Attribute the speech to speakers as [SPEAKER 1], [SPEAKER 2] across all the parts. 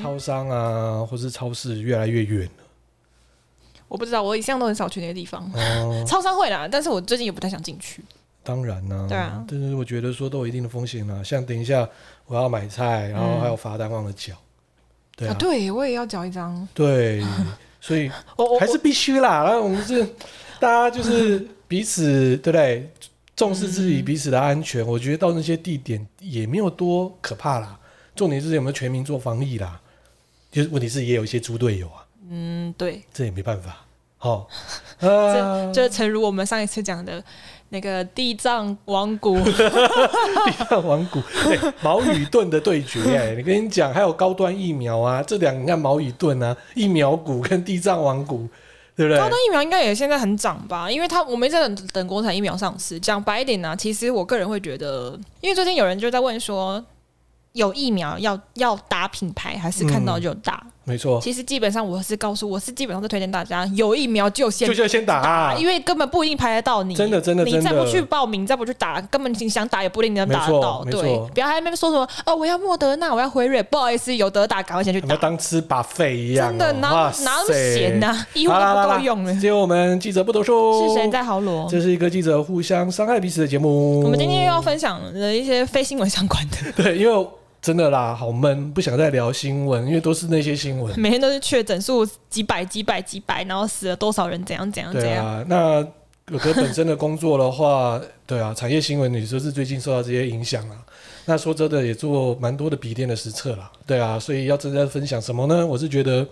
[SPEAKER 1] 超商啊，或是超市越来越远了。
[SPEAKER 2] 我不知道，我一向都很少去那些地方，
[SPEAKER 1] 哦，
[SPEAKER 2] 超商会啦，但是我最近也不太想进去。
[SPEAKER 1] 当然啦、
[SPEAKER 2] 对啊
[SPEAKER 1] 但是我觉得说都有一定的风险啦、像等一下我要买菜，然后还有罚单忘了缴，对
[SPEAKER 2] 嗯
[SPEAKER 1] 啊，
[SPEAKER 2] 啊对哦我也要缴一张，
[SPEAKER 1] 对，所 以
[SPEAKER 2] 我我
[SPEAKER 1] 还是必须啦。然后我们是大家就是彼此，对不对？重视自
[SPEAKER 2] 嗯
[SPEAKER 1] 己彼此的安全，我觉得到那些地点也没有多可怕啦。重点就是有没有全民做防疫啦。就是问题是也有一些猪队友啊，
[SPEAKER 2] 嗯对，
[SPEAKER 1] 这也没办法。 好、
[SPEAKER 2] 这
[SPEAKER 1] 哦，
[SPEAKER 2] 就诚如我们上一次讲的那个地藏王国，
[SPEAKER 1] 看 王谷， 对毛与盾的对决、哎，你跟你讲，还有高端疫苗啊，这两个你看毛与盾啊，疫苗股跟地藏王股，对不对
[SPEAKER 2] 高？端疫苗应该也现在很涨吧？因为它我们一直在等等国产疫苗上市。讲白一点呢、其实我个人会觉得，因为最近有人就在问说，有疫苗要要打品牌还是看到就打？
[SPEAKER 1] 没错，
[SPEAKER 2] 其实基本上我是告诉我是基本上是推荐大家有疫苗就先
[SPEAKER 1] 就。是要先打、啊，
[SPEAKER 2] 因为根本不一定排得到你，
[SPEAKER 1] 真的真的
[SPEAKER 2] 你
[SPEAKER 1] 真的
[SPEAKER 2] 再不去报名，再不去打，根本你想打也不一定能打得到。
[SPEAKER 1] 没
[SPEAKER 2] 对
[SPEAKER 1] 错没错，
[SPEAKER 2] 不要还在那边说什么哦，我要莫德纳，我要辉瑞，不好意思，有得打，赶快先去
[SPEAKER 1] 你
[SPEAKER 2] 打
[SPEAKER 1] 们。当吃把肺一样哦、
[SPEAKER 2] 真的哪
[SPEAKER 1] 哇
[SPEAKER 2] 哪
[SPEAKER 1] 塞
[SPEAKER 2] 那么闲呐、医护
[SPEAKER 1] 好啦
[SPEAKER 2] 都
[SPEAKER 1] 啦
[SPEAKER 2] 不
[SPEAKER 1] 啦
[SPEAKER 2] 够用了。
[SPEAKER 1] 谢谢我们记者不读书。
[SPEAKER 2] 是谁？在豪罗？
[SPEAKER 1] 这是一个记者互相伤害彼此的节目。
[SPEAKER 2] 我们今天又要分享了一些非新闻相关的，
[SPEAKER 1] 对，因为真的啦，好闷，不想再聊新闻，因为都是那些新闻。
[SPEAKER 2] 每天都是确诊数几百、几百、几百，然后死了多少人，怎样怎样嗯怎
[SPEAKER 1] 对
[SPEAKER 2] 样。
[SPEAKER 1] 啊，那哥哥本身的工作的话， 对啊，产业新闻，你说是最近受到这些影响啊。那说真的，也做蛮多的笔电的实测啦，对啊，所以要真正分享什么呢？我是觉得。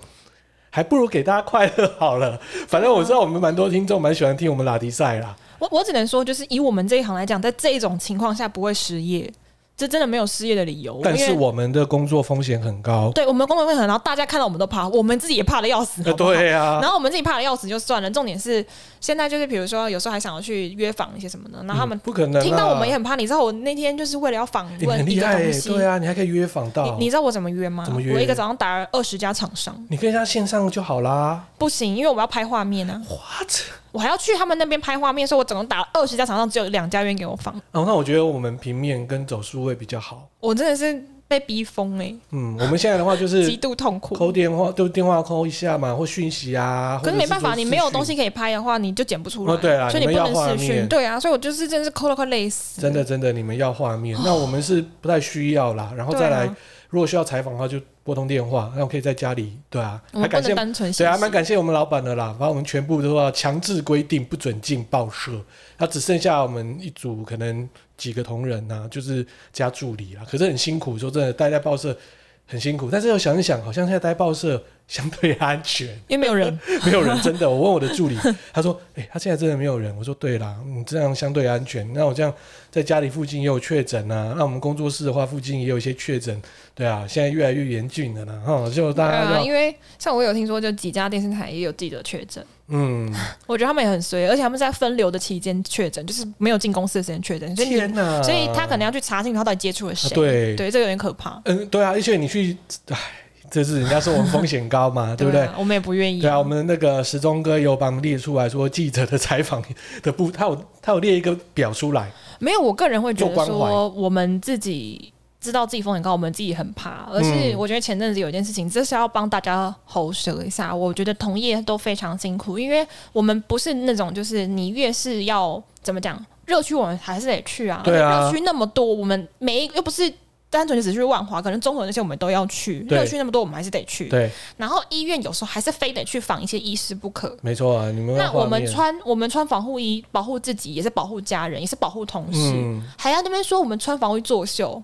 [SPEAKER 1] 还不如给大家快乐好了， 反正我知道我们蛮多听众蛮喜欢听我们拉迪赛啦，
[SPEAKER 2] 我我只能说，就是以我们这一行来讲，在这种情况下不会失业，这真的没有失业的理由。
[SPEAKER 1] 但是
[SPEAKER 2] 因为
[SPEAKER 1] 我们的工作风险很高。
[SPEAKER 2] 对我们工作会很，然后大家看到我们都怕，我们自己也怕的要死。
[SPEAKER 1] 呃，
[SPEAKER 2] 好不好
[SPEAKER 1] 对啊
[SPEAKER 2] 然，后我们自己怕的要死就算了，重点是现在就是比如说有时候还想要去约访一些什么的，然后他们
[SPEAKER 1] 嗯不可能啊
[SPEAKER 2] 听到我们也很怕。你知道我那天就是为了要访
[SPEAKER 1] 欸你很
[SPEAKER 2] 问一
[SPEAKER 1] 厉
[SPEAKER 2] 个
[SPEAKER 1] 害
[SPEAKER 2] 东
[SPEAKER 1] 耶，
[SPEAKER 2] 西，
[SPEAKER 1] 对啊，你还可以约访到，
[SPEAKER 2] 你你知道我怎么约吗？
[SPEAKER 1] 怎么约
[SPEAKER 2] 我一个早上打了二十家厂商，
[SPEAKER 1] 你可以让线上就好啦。
[SPEAKER 2] 不行，因为我要拍画面啊，
[SPEAKER 1] What？
[SPEAKER 2] 我还要去他们那边拍画面，所以我总共打了二十家厂商，只有两家愿意给我放，
[SPEAKER 1] 哦，那我觉得我们平面跟走数位比较好。
[SPEAKER 2] 我真的是被逼疯哎、
[SPEAKER 1] 嗯，我们现在的话就
[SPEAKER 2] 极
[SPEAKER 1] 是
[SPEAKER 2] 度痛
[SPEAKER 1] 抠
[SPEAKER 2] 苦。
[SPEAKER 1] 电话，就电话抠一下嘛，或讯息啊。或者
[SPEAKER 2] 可是
[SPEAKER 1] 是
[SPEAKER 2] 没办法，
[SPEAKER 1] 说
[SPEAKER 2] 你
[SPEAKER 1] 视
[SPEAKER 2] 没有
[SPEAKER 1] 讯
[SPEAKER 2] 东西。可以拍的话，你就剪不出来，
[SPEAKER 1] 哦对啦
[SPEAKER 2] 所以你不
[SPEAKER 1] 你们要画
[SPEAKER 2] 能视
[SPEAKER 1] 面
[SPEAKER 2] 讯，对啊，所以我就是真的是抠的快累死，
[SPEAKER 1] 真的真的，你们要画面，那我们是不太需要啦。然后再来
[SPEAKER 2] 哦对啊，
[SPEAKER 1] 如果需要采访的话，就拨通电话，然后可以在家里，对啊。
[SPEAKER 2] 我
[SPEAKER 1] 还
[SPEAKER 2] 们不
[SPEAKER 1] 感谢
[SPEAKER 2] 能单纯
[SPEAKER 1] 对
[SPEAKER 2] 信
[SPEAKER 1] 啊，
[SPEAKER 2] 息
[SPEAKER 1] 蛮感谢我们老板的啦，把我们全部都要强制规定不准进报社，那只剩下我们一组可能几个同仁呐、就是加助理啦。可是很辛苦，说真的，待在报社很辛苦，但是又想一想，好像现在待报社相对安全，
[SPEAKER 2] 因为没有人，
[SPEAKER 1] 没有人真的。我问我的助理，他说：“哎、他现在真的没有人。”我说：“对啦，你这样相对安全。那我这样在家里附近也有确诊啊，那我们工作室的话附近也有一些确诊，对啊，现在越来越严峻了呢。哈，就
[SPEAKER 2] 对
[SPEAKER 1] 大家
[SPEAKER 2] 啊，
[SPEAKER 1] 要、
[SPEAKER 2] 因为像我有听说，就几家电视台也有自己的确诊，
[SPEAKER 1] 嗯，
[SPEAKER 2] 我觉得他们也很衰，而且他们是在分流的期间确诊，就是没有进公司的时间确诊，所以你
[SPEAKER 1] 天哪，
[SPEAKER 2] 所以他可能要去查清楚他到底接触了谁、
[SPEAKER 1] 啊对
[SPEAKER 2] 对，这有点可怕，
[SPEAKER 1] 嗯，对啊，而且你去，唉，这是人家说我们风险高 嘛，对不对
[SPEAKER 2] 啊？？我们也不愿意、
[SPEAKER 1] 对啊，我们那个时钟哥有把我们列出来说记者的采访 的部，他有他有列一个表出来，
[SPEAKER 2] 没有，我个人会觉
[SPEAKER 1] 做
[SPEAKER 2] 得
[SPEAKER 1] 关怀
[SPEAKER 2] 说，我们自己知道自己风险高，我们自己很怕。而是
[SPEAKER 1] 嗯
[SPEAKER 2] 我觉得前阵子有一件事情，这是要帮大家喉舌一下。我觉得同业都非常辛苦，因为我们不是那种就是你越是要怎么讲，热区我们还是得去啊。
[SPEAKER 1] 对啊
[SPEAKER 2] 热区那么多，我们每一又不是。单纯就只是去万华，可能综合那些我们都要去，
[SPEAKER 1] 对
[SPEAKER 2] 热区那么多，我们还是得去。
[SPEAKER 1] 对，
[SPEAKER 2] 然后医院有时候还是非得去访一些医师不可。
[SPEAKER 1] 没错啊，你们要
[SPEAKER 2] 那我
[SPEAKER 1] 画
[SPEAKER 2] 们
[SPEAKER 1] 面
[SPEAKER 2] 穿我们穿防护衣保护自己，也是保护家人，也是保护同事，
[SPEAKER 1] 嗯，
[SPEAKER 2] 还要那边说我们穿防护衣作秀，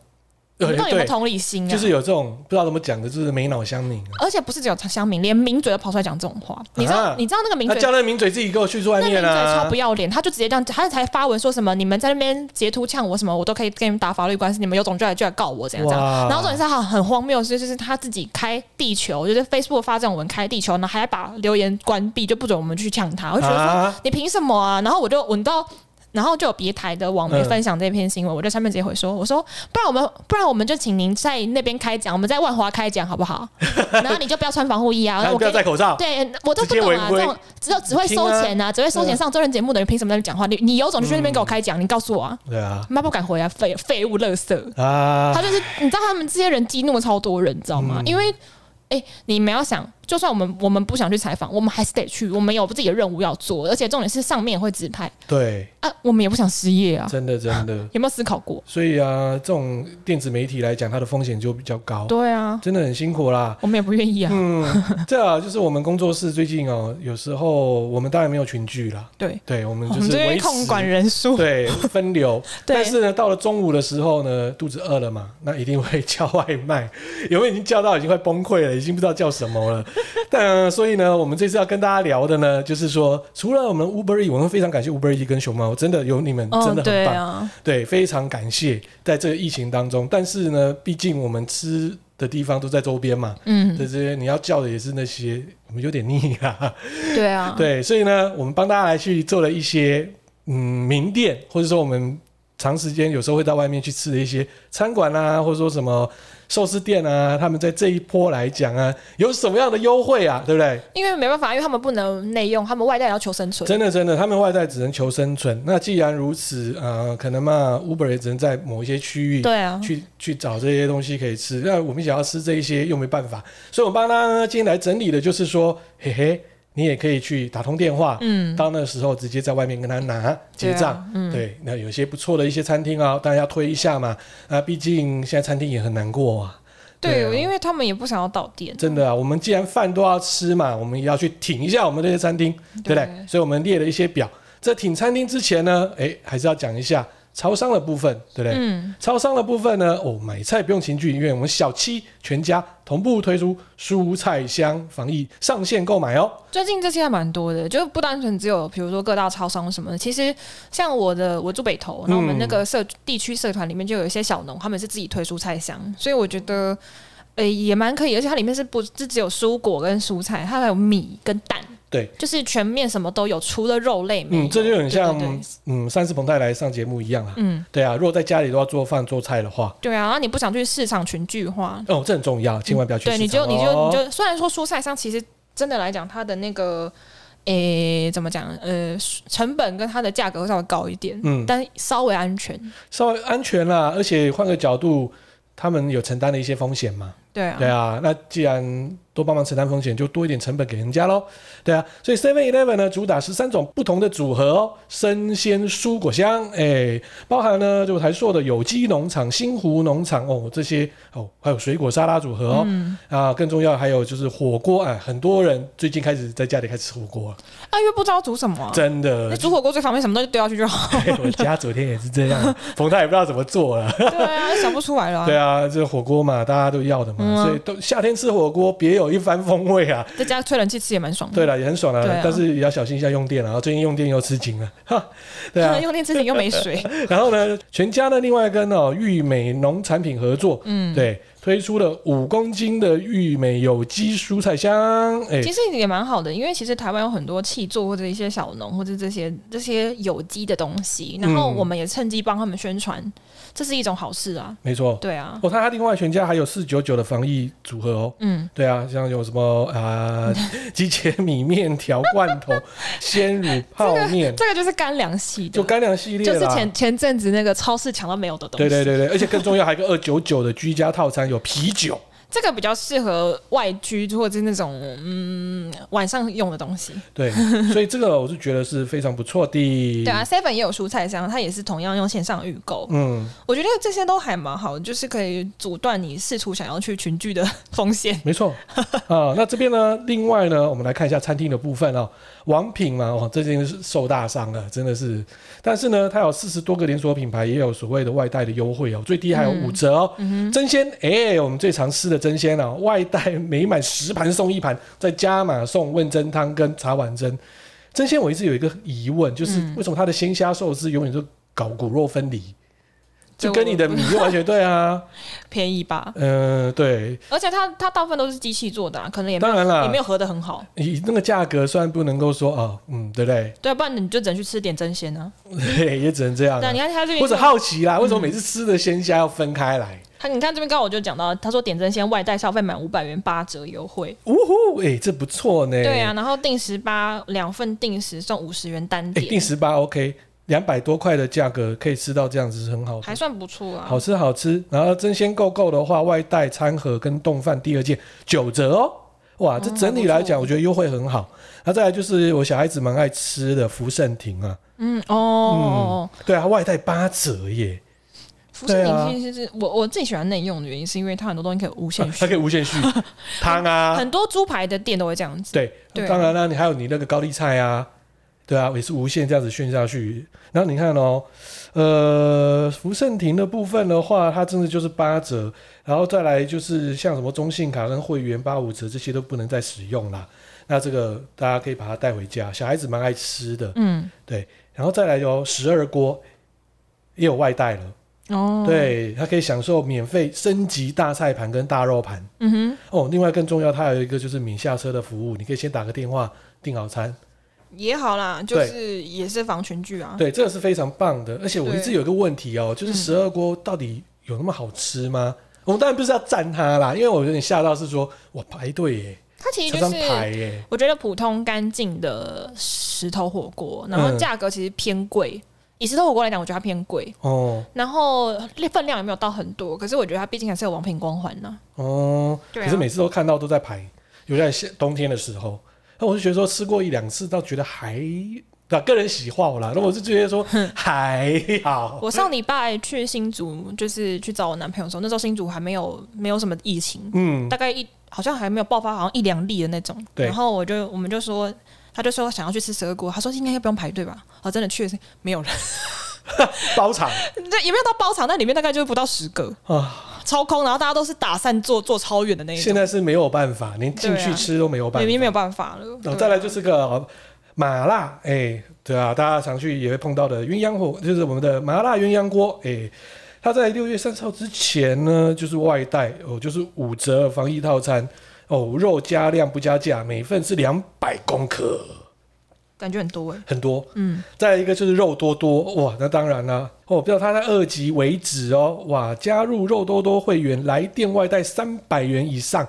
[SPEAKER 2] 你
[SPEAKER 1] 对
[SPEAKER 2] 们到底有没有
[SPEAKER 1] 呃对，
[SPEAKER 2] 同理心啊？
[SPEAKER 1] 就是有这种不知道怎么讲的，就是没脑乡民啊，
[SPEAKER 2] 而且不是只有乡民，连名嘴都跑出来讲这种话。你知道、
[SPEAKER 1] 啊
[SPEAKER 2] 你知道那个名
[SPEAKER 1] 他
[SPEAKER 2] 嘴
[SPEAKER 1] 叫那名嘴自己给我去外
[SPEAKER 2] 那名
[SPEAKER 1] 面
[SPEAKER 2] 嘴超
[SPEAKER 1] 啊
[SPEAKER 2] 不，要脸，他就直接这样，他才发文说什么你们在那边截图呛我什么，我都可以跟你们打法律官司，你们有种就来就来告我怎样怎样。
[SPEAKER 1] 哇
[SPEAKER 2] 然后重点是他很荒谬的是，就是他自己开地球，就是 Facebook 发这种文开地球，然后还把留言关闭，就不准我们去呛他。我就觉得说、
[SPEAKER 1] 啊
[SPEAKER 2] 你凭什么啊？然后我就闻到。然后就有别台的网媒
[SPEAKER 1] 嗯
[SPEAKER 2] 分享这篇新闻，我在上面直接回说：“我说，不然我们，不然我们就请您在那边开讲，我们在万华开讲好 不好？然后你就不要穿防护衣啊，然
[SPEAKER 1] 他
[SPEAKER 2] 后我
[SPEAKER 1] 不要
[SPEAKER 2] 跟你
[SPEAKER 1] 戴口罩，
[SPEAKER 2] 对我都不
[SPEAKER 1] 直接
[SPEAKER 2] 懂
[SPEAKER 1] 违
[SPEAKER 2] 啊，
[SPEAKER 1] 规嗯
[SPEAKER 2] 这种只有只会收钱啊，只会收钱上真人节目的人凭什么在那边讲话？你你有种就去那边给我开讲，你告诉我啊，
[SPEAKER 1] 对啊
[SPEAKER 2] 妈不敢回来，废废物、垃圾。
[SPEAKER 1] 啊嗯
[SPEAKER 2] 他，就是你知道他们这些人激怒了超多人，你知道吗？因为哎、你们要想，就算我们我们不想去采访，我们还是得去，我们有自己的任务要做，而且重点是上面也会指派
[SPEAKER 1] 对，
[SPEAKER 2] 啊，我们也不想失业啊，
[SPEAKER 1] 真的真的。
[SPEAKER 2] 有没有思考过？
[SPEAKER 1] 所以啊，这种电子媒体来讲，它的风险就比较高，
[SPEAKER 2] 对啊，
[SPEAKER 1] 真的很辛苦啦。
[SPEAKER 2] 我们也不愿意啊，
[SPEAKER 1] 哦嗯，这啊，就是我们工作室最近哦，有时候我们当然没有群聚啦，
[SPEAKER 2] 对，
[SPEAKER 1] 对我们
[SPEAKER 2] 我
[SPEAKER 1] 就
[SPEAKER 2] 们
[SPEAKER 1] 是
[SPEAKER 2] 这边
[SPEAKER 1] 维
[SPEAKER 2] 控管
[SPEAKER 1] 持
[SPEAKER 2] 人数，
[SPEAKER 1] 对分流。但
[SPEAKER 2] 哦 对，
[SPEAKER 1] 是呢，到了中午的时候呢，肚子饿了嘛，那一定会叫外卖。 有没有已经叫到已经快崩溃了，已经不知道叫什么了？ 但、呃所以呢，我们这次要跟大家聊的呢，就是说，除了我们 Uber E，我们非常感谢 Uber E 跟熊猫，真的有你们，真的很
[SPEAKER 2] 嗯，对
[SPEAKER 1] 棒。
[SPEAKER 2] 啊，
[SPEAKER 1] 对，非常感谢在这个疫情当中，但是呢，毕竟我们吃的地方都在周边嘛，
[SPEAKER 2] 嗯，
[SPEAKER 1] 这些你要叫的也是那些，我们有点腻啦。
[SPEAKER 2] 对啊，
[SPEAKER 1] 对，所以呢，我们帮大家来去做了一些嗯名店，或者说我们长时间有时候会到外面去吃的一些餐馆啊，或者说什么寿司店啊，他们在这一波来讲啊，有什么样的优惠啊，对不对？
[SPEAKER 2] 因为没办法，因为他们不能内用，他们外带也要求生存。
[SPEAKER 1] 真的真的，他们外在只能求生存。那既然如此，呃，可能嘛，Uber 也只能在某一些区域
[SPEAKER 2] 对啊，
[SPEAKER 1] 去去找这些东西可以吃。那我们想要吃这一些又没办法，所以我们帮大家呢今天来整理的就是说，嘿嘿，你也可以去打通电话，
[SPEAKER 2] 嗯，
[SPEAKER 1] 到那时候直接在外面跟他拿结
[SPEAKER 2] 对
[SPEAKER 1] 账。
[SPEAKER 2] 啊，嗯，
[SPEAKER 1] 对，那有些不错的一些餐厅啊，当然要推一下嘛。啊，毕竟现在餐厅也很难过啊。
[SPEAKER 2] 对，
[SPEAKER 1] 啊
[SPEAKER 2] 因为他们也不想要倒店，
[SPEAKER 1] 真的啊，我们既然饭都要吃嘛，我们也要去挺一下我们这些餐厅，对不对？所以我们列了一些表。这挺餐厅之前呢，哎，还是要讲一下超商的部分，对不对？
[SPEAKER 2] 嗯，
[SPEAKER 1] 超商的部分呢，哦，买菜不用情绪，因为我们小七全家同步推出蔬菜箱防疫上线购买哦。
[SPEAKER 2] 最近这些还蛮多的，就不单纯只有比如说各大超商什么的，其实像我的我住北投，然后我们那
[SPEAKER 1] 嗯
[SPEAKER 2] 个社、地区社团里面就有一些小农，他们是自己推蔬菜箱，所以我觉得。诶、也蛮可以，而且它里面是不是只有蔬果跟蔬菜，它还有米跟蛋，
[SPEAKER 1] 对，
[SPEAKER 2] 就是全面什么都有，除了肉类没有。
[SPEAKER 1] 嗯，这就很像
[SPEAKER 2] 对对对
[SPEAKER 1] 嗯三四彭太来上节目一样啦。
[SPEAKER 2] 嗯，
[SPEAKER 1] 对啊，如果在家里都要做饭做菜的话，
[SPEAKER 2] 对啊，然后你不想去市场群聚化，
[SPEAKER 1] 哦，这很重要，千万不要去市
[SPEAKER 2] 嗯对，
[SPEAKER 1] 场、
[SPEAKER 2] 你就你就
[SPEAKER 1] 哦
[SPEAKER 2] 你就，虽然说蔬菜上其实真的来讲，它的那个诶、怎么讲呃成本跟它的价格会稍微高一点，
[SPEAKER 1] 嗯，
[SPEAKER 2] 但稍微安全。
[SPEAKER 1] 稍微安全啦，而且换个角度，他们有承担了一些风险嘛。
[SPEAKER 2] 对啊，
[SPEAKER 1] 对啊，那既然多帮忙承担风险，就多一点成本给人家喽。对啊，所以 Seven Eleven 呢，主打十三种不同的组合哦，生鲜蔬果箱，哎、包含呢就台硕的有机农场、新湖农场哦，这些哦，还有水果沙拉组合哦。
[SPEAKER 2] 嗯
[SPEAKER 1] 啊，更重要还有就是火锅，哎，很多人最近开始在家里开始吃火锅了，
[SPEAKER 2] 啊，因为不知道煮什么、啊，
[SPEAKER 1] 真
[SPEAKER 2] 那
[SPEAKER 1] 的。
[SPEAKER 2] 煮火锅最方便，什么东西丢下去就好。
[SPEAKER 1] 我家昨天也是这 样，冯太也不知道怎么做了。
[SPEAKER 2] 对啊，想不出来了、
[SPEAKER 1] 对，啊，这火锅嘛，大家都要的嘛，
[SPEAKER 2] 嗯啊
[SPEAKER 1] 所以都夏天吃火锅别有一番风味啊。
[SPEAKER 2] 在家吹冷气吃也蛮爽的。
[SPEAKER 1] 对了，也很爽啦、
[SPEAKER 2] 对啊。
[SPEAKER 1] 但是也要小心一下用电啦然啊后最近用电又吃紧了，哈，对啊
[SPEAKER 2] 用电之前 又没水，
[SPEAKER 1] 然后呢，全家呢另外跟哦玉美农产品合作，
[SPEAKER 2] 嗯，
[SPEAKER 1] 对，推出了五公斤的玉美有机蔬菜箱，哎、
[SPEAKER 2] 其实也蛮好的，因为其实台湾有很多气作或者一些小农或者这些这些有机的东西，然后
[SPEAKER 1] 嗯
[SPEAKER 2] 我们也趁机帮他们宣传，这是一种好事啊。
[SPEAKER 1] 没错。
[SPEAKER 2] 对啊，
[SPEAKER 1] 哦，它另外全家还有四九九的防疫组合哦。
[SPEAKER 2] 嗯，
[SPEAKER 1] 对啊，像有什么啊、呃 鸡切米面条、罐 头、鲜乳泡面，
[SPEAKER 2] 这个就是干粮系的，
[SPEAKER 1] 就干粮系列
[SPEAKER 2] 就
[SPEAKER 1] 啦。
[SPEAKER 2] 是前前阵子那个超市抢到没有的东西。
[SPEAKER 1] 对对对对，而且更重要，还有一个二九九的居家套餐，有啤酒。
[SPEAKER 2] 这个比较适合外居或者是那种嗯晚上用的东西。
[SPEAKER 1] 对，所以这个我是觉得是非常不错的。
[SPEAKER 2] 对啊，，Seven 也有蔬菜箱，它也是同样用线上预购。
[SPEAKER 1] 嗯，
[SPEAKER 2] 我觉得这些都还蛮好，就是可以阻断你试图想要去群聚的 风险。
[SPEAKER 1] 没 错啊。那这边呢，另外呢，我们来看一下餐厅的部分哦。王品嘛，哦，这件是受大伤了，真的是。但是呢，它有四十多个连锁品牌，也有所谓的外带的优惠哦，最低还有
[SPEAKER 2] 嗯
[SPEAKER 1] 五折哦。真鲜，哎、我们最常吃的真鲜啊，外带每买十盘送一盘，再加码送问蒸汤跟茶碗蒸。真鲜我一直有一个疑问，就是
[SPEAKER 2] 嗯
[SPEAKER 1] 为什么它的鲜虾寿司永远都搞骨肉分离？就
[SPEAKER 2] 就
[SPEAKER 1] 跟你的米就完全对啊，
[SPEAKER 2] 便宜吧，
[SPEAKER 1] 嗯、对，
[SPEAKER 2] 而且它它大部分都是机器做的、啊，可能也没
[SPEAKER 1] 当
[SPEAKER 2] 有
[SPEAKER 1] 然
[SPEAKER 2] 也
[SPEAKER 1] 啦
[SPEAKER 2] 没，有合的很好。
[SPEAKER 1] 以那个价格虽然不能够说啊、嗯，对不对？
[SPEAKER 2] 对啊，不然你就只能去吃点真鲜啊。
[SPEAKER 1] 对， 也只能这样、
[SPEAKER 2] 对啊，
[SPEAKER 1] 啊
[SPEAKER 2] 你。看它这边
[SPEAKER 1] 或者好奇
[SPEAKER 2] 嗯
[SPEAKER 1] 啦，为什么每次吃的鲜虾要分开来？
[SPEAKER 2] 他你看这边刚好我就讲到，他说点真鲜外带消费满五百元八折优惠，
[SPEAKER 1] 呜呼，哎、这不错呢。
[SPEAKER 2] 啊对啊，，然后定时八两份定时送五十元单
[SPEAKER 1] 哎、
[SPEAKER 2] 点，
[SPEAKER 1] 定十八 OK，两百多块的价格可以吃到这样子是很好的
[SPEAKER 2] 还，算不错啊。
[SPEAKER 1] 好吃好吃。然后真鲜购购的话，外带餐盒跟冻饭第二件九折哦。哇，这
[SPEAKER 2] 嗯
[SPEAKER 1] 整体
[SPEAKER 2] 还不错
[SPEAKER 1] 来讲，我觉得优惠很好。那再来就是我小孩子蛮爱吃的福盛亭啊，
[SPEAKER 2] 嗯哦哦，哦
[SPEAKER 1] 对啊，外带八折耶，
[SPEAKER 2] 福士
[SPEAKER 1] 对啊
[SPEAKER 2] 饼其实是我我自己喜欢内用的原因，是因为它很多东西可以无限
[SPEAKER 1] 它
[SPEAKER 2] 续，
[SPEAKER 1] 可以无限续汤啊，
[SPEAKER 2] 很多猪排的店都会这样子。
[SPEAKER 1] 对，
[SPEAKER 2] 对啊
[SPEAKER 1] 当然啦，你还有你那个高丽菜啊，对啊，也是无限这样子炫下去。然后你看哦，呃，福盛庭的部分的话，它真的就是八折，然后再来就是像什么中信卡跟会员八五折这些都不能再使用啦。那这个大家可以把它带回家，小孩子蛮爱吃的。
[SPEAKER 2] 嗯
[SPEAKER 1] 然后再来有十二锅，也有外带了，
[SPEAKER 2] 哦，，
[SPEAKER 1] 对，它可以享受免费升级大菜盘跟大肉盘。
[SPEAKER 2] 嗯哼。
[SPEAKER 1] 哦，另外更重要，它还有一个就是免下车的服务，你可以先打个电话订好餐。
[SPEAKER 2] 也好啦，就
[SPEAKER 1] 对
[SPEAKER 2] 是也是防群剧啊。
[SPEAKER 1] 对，这个是非常棒的。而且我一
[SPEAKER 2] 对嗯
[SPEAKER 1] 直有一个问题哦，就是十二锅到底有那么好吃吗？我们当然不是要赞它啦，因为我有点吓到，是说我排队耶，
[SPEAKER 2] 它其实
[SPEAKER 1] 常
[SPEAKER 2] 就
[SPEAKER 1] 常
[SPEAKER 2] 是
[SPEAKER 1] 排耶，
[SPEAKER 2] 我觉得普通干净的石头火锅，然后
[SPEAKER 1] 嗯
[SPEAKER 2] 价格其实偏贵。以石头火锅来讲，我觉得它偏贵，
[SPEAKER 1] 哦
[SPEAKER 2] 然后分量也没有到很多，可是我觉得它毕竟还是有王品光环呢、
[SPEAKER 1] 哦。
[SPEAKER 2] 对啊
[SPEAKER 1] 可是每次都看到都在排，尤其在夏冬天的时候，那我就觉得说吃过一两次，倒觉得还。啊，个人喜好啦，那我是觉得 说还好，
[SPEAKER 2] 我上礼拜去新竹，就是去找我男朋友的时候，那时候新竹还没有没有什么疫情，
[SPEAKER 1] 嗯，
[SPEAKER 2] 大概一好像还没有爆发，好像一两例的那种。
[SPEAKER 1] 对
[SPEAKER 2] 然后我就我们就说，他就说想要去吃蛇锅，他说应该不用排队吧？哦，真的去了没有人，
[SPEAKER 1] 包场
[SPEAKER 2] 对，也没有到包场，但里面大概就不到十个。
[SPEAKER 1] 啊，
[SPEAKER 2] 超空，然后大家都是打散坐，坐超远的那一
[SPEAKER 1] 现
[SPEAKER 2] 种，
[SPEAKER 1] 在是没有办法，连进
[SPEAKER 2] 对
[SPEAKER 1] 去
[SPEAKER 2] 啊
[SPEAKER 1] 吃都没有办
[SPEAKER 2] 明
[SPEAKER 1] 法，
[SPEAKER 2] 明没有办法了。
[SPEAKER 1] 然
[SPEAKER 2] 对
[SPEAKER 1] 后
[SPEAKER 2] 啊
[SPEAKER 1] 哦再来就是个呃麻辣，哎、对啊，大家常去也会碰到的鸳鸯火，就是我们的麻辣鸳鸯锅，哎、它在六月三十号之前呢，就是外带哦，就是五折防疫套餐哦，肉加量不加价，每份是两百公克，
[SPEAKER 2] 感觉很多哎、
[SPEAKER 1] 很多。
[SPEAKER 2] 嗯，
[SPEAKER 1] 再来一个就是肉多多，哇，那当然啦、哦，我不知道它在二级为止哦，哇，加入肉多多会员来电外带三百元以上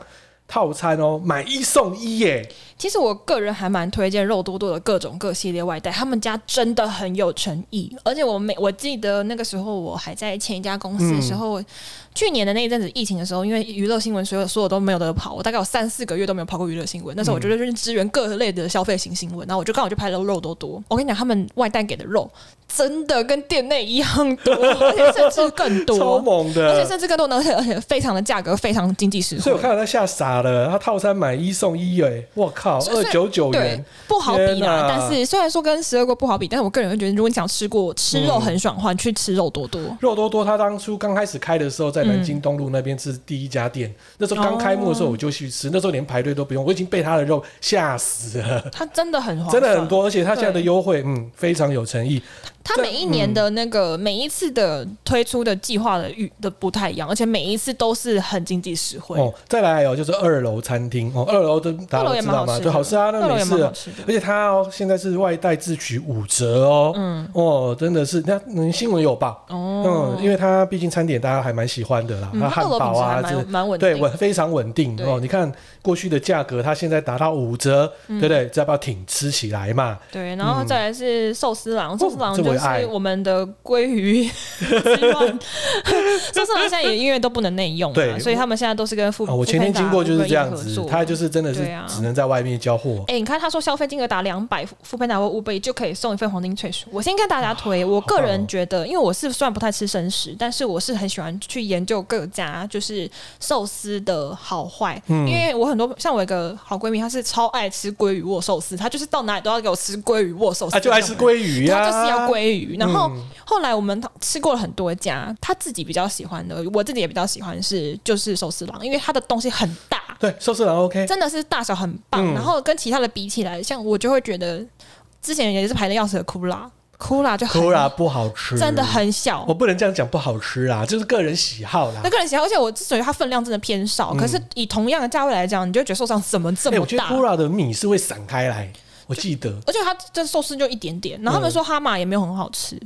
[SPEAKER 1] 套餐哦，买一送一耶，
[SPEAKER 2] 其实我个人还蛮推荐肉多多的各种各系列外带，他们家真的很有诚意。而且我每我记得那个时候我还在前一家公司的时
[SPEAKER 1] 嗯
[SPEAKER 2] 候，去年的那一阵子疫情的时候，因为娱乐新闻所有所有都没有得跑，我大概有三四个月都没有跑过娱乐新闻。那时候我
[SPEAKER 1] 嗯
[SPEAKER 2] 觉得就是支援各类的消费型新闻，然后我就刚好就拍了肉多多。我跟你讲，他们外带给的肉真的跟店内一样多，而且甚至更 多，
[SPEAKER 1] 超猛的，
[SPEAKER 2] 而且甚至更多呢，而且而且非常的价格非常经济实惠，
[SPEAKER 1] 所以我看到他吓傻了，他套餐买一送一哎，我靠，
[SPEAKER 2] 所以
[SPEAKER 1] 二九九
[SPEAKER 2] 对
[SPEAKER 1] 元，
[SPEAKER 2] 不好
[SPEAKER 1] 天
[SPEAKER 2] 比
[SPEAKER 1] 哪
[SPEAKER 2] 啦。但是虽然说跟十二锅不好比，但是我个人会觉得，如果你想吃过吃肉很爽的话，你去吃肉多多。
[SPEAKER 1] 肉多多他当初刚开始开的时候，在南京东路那边是第一家店，那时候刚开幕的时候我就去吃，那时候连排队都不用，我已经被他的肉吓死了。
[SPEAKER 2] 它真的很划算，
[SPEAKER 1] 真的很。多，而且他现在的
[SPEAKER 2] 对
[SPEAKER 1] 优惠，嗯，非常有诚意。
[SPEAKER 2] 它每一年的那个、每一次的推出的计划的预的不太一样，而且每一次都是很经济实惠。
[SPEAKER 1] 哦，再来还有就是二楼餐厅，哦，二楼的大家
[SPEAKER 2] 二楼
[SPEAKER 1] 都
[SPEAKER 2] 也
[SPEAKER 1] 知
[SPEAKER 2] 蛮
[SPEAKER 1] 道
[SPEAKER 2] 好
[SPEAKER 1] 吗？
[SPEAKER 2] 吃的，
[SPEAKER 1] 就好吃啊，那
[SPEAKER 2] 二楼
[SPEAKER 1] 没
[SPEAKER 2] 也
[SPEAKER 1] 事
[SPEAKER 2] 蛮
[SPEAKER 1] 了
[SPEAKER 2] 好。吃的
[SPEAKER 1] 而。且它哦，现在是外带自取五折哦，
[SPEAKER 2] 嗯，
[SPEAKER 1] 哦，真的是，那嗯，新闻有报，
[SPEAKER 2] 哦
[SPEAKER 1] 嗯，，因为它毕竟餐点大家还蛮喜欢的啦，
[SPEAKER 2] 嗯
[SPEAKER 1] 那
[SPEAKER 2] 它
[SPEAKER 1] 汉
[SPEAKER 2] 二楼品
[SPEAKER 1] 堡
[SPEAKER 2] 质还
[SPEAKER 1] 啊，这
[SPEAKER 2] 蛮蛮稳
[SPEAKER 1] 对
[SPEAKER 2] 定的。
[SPEAKER 1] 稳非常稳定
[SPEAKER 2] 对嗯
[SPEAKER 1] 哦。你看过去的价格，它现在达到五折，对不对？这要不要挺吃起来嘛？
[SPEAKER 2] 对，然后再来是寿司郎，寿司郎
[SPEAKER 1] 嗯哦这我
[SPEAKER 2] 就
[SPEAKER 1] 也爱
[SPEAKER 2] 是我们的鲑 鱼之乱，寿司郎现在也因为都不能内用啊
[SPEAKER 1] 对
[SPEAKER 2] 嘛，所以他们现在都是跟富。。
[SPEAKER 1] 啊，我前天经过就是这样子，它就是是真的是
[SPEAKER 2] 对啊
[SPEAKER 1] 只能在外面交货。啊
[SPEAKER 2] 哎、你看他说消费金额达两百，富佩达或 Uber Eats 就可以送一份黄金脆薯。我先跟大家推，我个
[SPEAKER 1] 好棒哦
[SPEAKER 2] 人觉得，因为我是虽然不太吃生食，但是我是很喜欢去研究各家就是寿司的好坏，
[SPEAKER 1] 嗯
[SPEAKER 2] 因为我很多像我有一个好闺蜜，她是超爱吃鲑鱼握寿司，她就是到哪里都要给我吃鲑鱼握寿司
[SPEAKER 1] 啊，
[SPEAKER 2] 那种人，
[SPEAKER 1] 就爱吃鲑鱼呀、啊，
[SPEAKER 2] 他就是要鲑鱼。然后
[SPEAKER 1] 嗯
[SPEAKER 2] 后来我们吃过了很多家，他自己比较喜欢的，我自己也比较喜欢是就是寿司郎，因为它的东西很大，
[SPEAKER 1] 对，寿司郎 OK，
[SPEAKER 2] 真的是大小很棒。
[SPEAKER 1] 嗯
[SPEAKER 2] 然后跟其他的比起来，像我就会觉得之前也是排的要死的库拉，库拉就很
[SPEAKER 1] 可啦不好吃，
[SPEAKER 2] 真的，很小
[SPEAKER 1] 嗯我。不能这样讲不好吃啊，就是个人喜好啦
[SPEAKER 2] 那。个人喜欢，而且我之所以它分量真的偏少，
[SPEAKER 1] 嗯
[SPEAKER 2] 可是以同样的价位来讲，你就会觉得寿司郎怎么这
[SPEAKER 1] 哎，
[SPEAKER 2] 么
[SPEAKER 1] 我觉得
[SPEAKER 2] 大？
[SPEAKER 1] Kura 的米是会散开来，我记得
[SPEAKER 2] 而且它这寿司就一点点，然后他们说哈马也没有很好吃，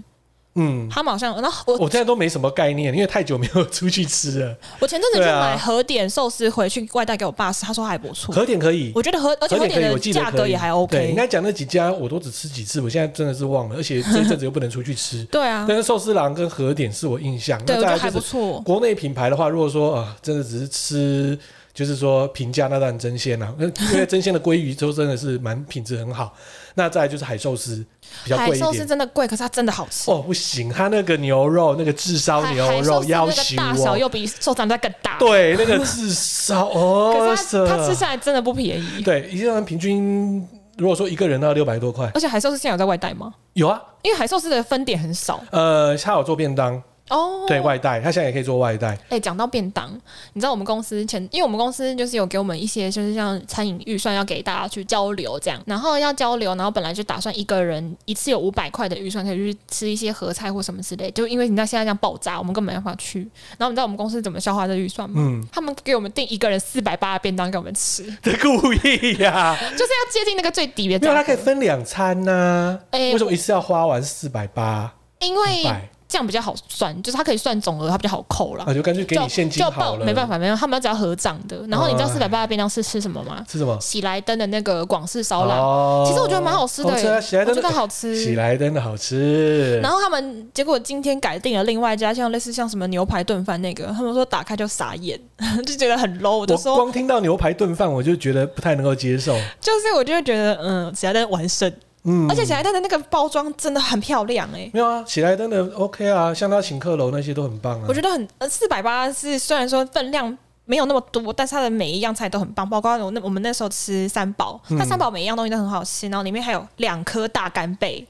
[SPEAKER 1] 嗯，
[SPEAKER 2] 他们好像，然后我
[SPEAKER 1] 我现在都没什么概念，因为太久没有出去吃了。
[SPEAKER 2] 我前阵子去
[SPEAKER 1] 对啊
[SPEAKER 2] 买和点寿司回去外带给我爸吃，他说还不错。
[SPEAKER 1] 和点可以，
[SPEAKER 2] 我觉得和而且和
[SPEAKER 1] 和点可
[SPEAKER 2] 点
[SPEAKER 1] 以，
[SPEAKER 2] 的
[SPEAKER 1] 我记得
[SPEAKER 2] 价
[SPEAKER 1] 可以
[SPEAKER 2] 格也还
[SPEAKER 1] 对，你
[SPEAKER 2] OK。。
[SPEAKER 1] 刚才讲那几家我都只吃几次，我现在真的是忘了，而且这一阵子又不能出去吃
[SPEAKER 2] 对啊，
[SPEAKER 1] 但是寿司郎跟和点是我印象，
[SPEAKER 2] 对
[SPEAKER 1] 那
[SPEAKER 2] 我觉
[SPEAKER 1] 再
[SPEAKER 2] 得
[SPEAKER 1] 来
[SPEAKER 2] 还
[SPEAKER 1] 就
[SPEAKER 2] 不
[SPEAKER 1] 是
[SPEAKER 2] 错。
[SPEAKER 1] 国内品牌的话，如果说啊、真的只是吃，就是说平价那当然真鲜啦、 那因为真鲜的鲑鱼都真的是蛮品质很好。那再来就是海寿司比较
[SPEAKER 2] 海
[SPEAKER 1] 贵一
[SPEAKER 2] 寿司
[SPEAKER 1] 点。
[SPEAKER 2] 真的贵，可是它真的好吃。
[SPEAKER 1] 哦，不行，它那个牛肉，那个炙烧
[SPEAKER 2] 海
[SPEAKER 1] 牛
[SPEAKER 2] 海
[SPEAKER 1] 肉
[SPEAKER 2] 寿司
[SPEAKER 1] 要
[SPEAKER 2] 那
[SPEAKER 1] 求
[SPEAKER 2] 个大小
[SPEAKER 1] 哦，
[SPEAKER 2] 又比寿掌再更大。，
[SPEAKER 1] 对，那个炙烧哦
[SPEAKER 2] 可，是它它吃
[SPEAKER 1] 是
[SPEAKER 2] 下来真的不便宜。
[SPEAKER 1] 对，一个人平均如果说一个人要六百多块，
[SPEAKER 2] 而且海寿司现在有在外带吗？
[SPEAKER 1] 有啊，
[SPEAKER 2] 因为海寿司的分点很少
[SPEAKER 1] 呃，他有做便当，
[SPEAKER 2] 哦。
[SPEAKER 1] 对外带，他现在也可以做外带，
[SPEAKER 2] 哎、讲到便当，你知道我们公司前，因为我们公司就是有给我们一些，就是像餐饮预算要给大家去交流这样，然后要交流，然后本来就打算一个人一次有五百块的预算可以去吃一些合菜或什么之类，就因为你知道现在这样爆炸，我们根本没办法去。然后你知道我们公司怎么消化这预算吗？
[SPEAKER 1] 嗯，
[SPEAKER 2] 他们给我们订一个人四百八的便当给我们吃，就是
[SPEAKER 1] 这故意呀、
[SPEAKER 2] 要接近那个最低的
[SPEAKER 1] 没有，
[SPEAKER 2] 价
[SPEAKER 1] 它可以
[SPEAKER 2] 格。
[SPEAKER 1] 分两餐呐、
[SPEAKER 2] 哎
[SPEAKER 1] 为什么一次要花完四百八？
[SPEAKER 2] 因为
[SPEAKER 1] 五百
[SPEAKER 2] 这样比较好算，就是它可以算总额，它比较好扣啦。
[SPEAKER 1] 啊，就干脆给你
[SPEAKER 2] 就
[SPEAKER 1] 现金
[SPEAKER 2] 就
[SPEAKER 1] 好
[SPEAKER 2] 报
[SPEAKER 1] 了。
[SPEAKER 2] 没办，法，没有他们只要合账的。然后你知道
[SPEAKER 1] 哎
[SPEAKER 2] 四百八的便当是吃什么吗？
[SPEAKER 1] 是什么？
[SPEAKER 2] 喜来登的那个广式烧腊，
[SPEAKER 1] 哦
[SPEAKER 2] 其实我觉得蛮好吃的耶、
[SPEAKER 1] 吃啊，喜来
[SPEAKER 2] 我
[SPEAKER 1] 登
[SPEAKER 2] 觉得
[SPEAKER 1] 的
[SPEAKER 2] 好
[SPEAKER 1] 喜
[SPEAKER 2] 吃。
[SPEAKER 1] 来登的好吃。
[SPEAKER 2] 然后他们结果今天改订了另外一家，像类似像什么牛排炖饭那个，他们说打开就傻眼， 就觉得很 low。我就
[SPEAKER 1] 我
[SPEAKER 2] 说，
[SPEAKER 1] 光听到牛排炖饭，我就觉得不太能够接受。
[SPEAKER 2] 就是我就会觉得，嗯，喜来登完胜，
[SPEAKER 1] 嗯，
[SPEAKER 2] 而且喜来登的那个包装真的很漂亮哎、
[SPEAKER 1] 没有啊，喜来登的 OK 啊，像他请客楼那些都很棒啊。
[SPEAKER 2] 我觉得很呃四百八是虽然说分量没有那么多，但是它的每一样菜都很棒，包括我那我们那时候吃三宝，
[SPEAKER 1] 嗯
[SPEAKER 2] 它三宝每一样东西都很好吃，然后里面还有两颗大干贝，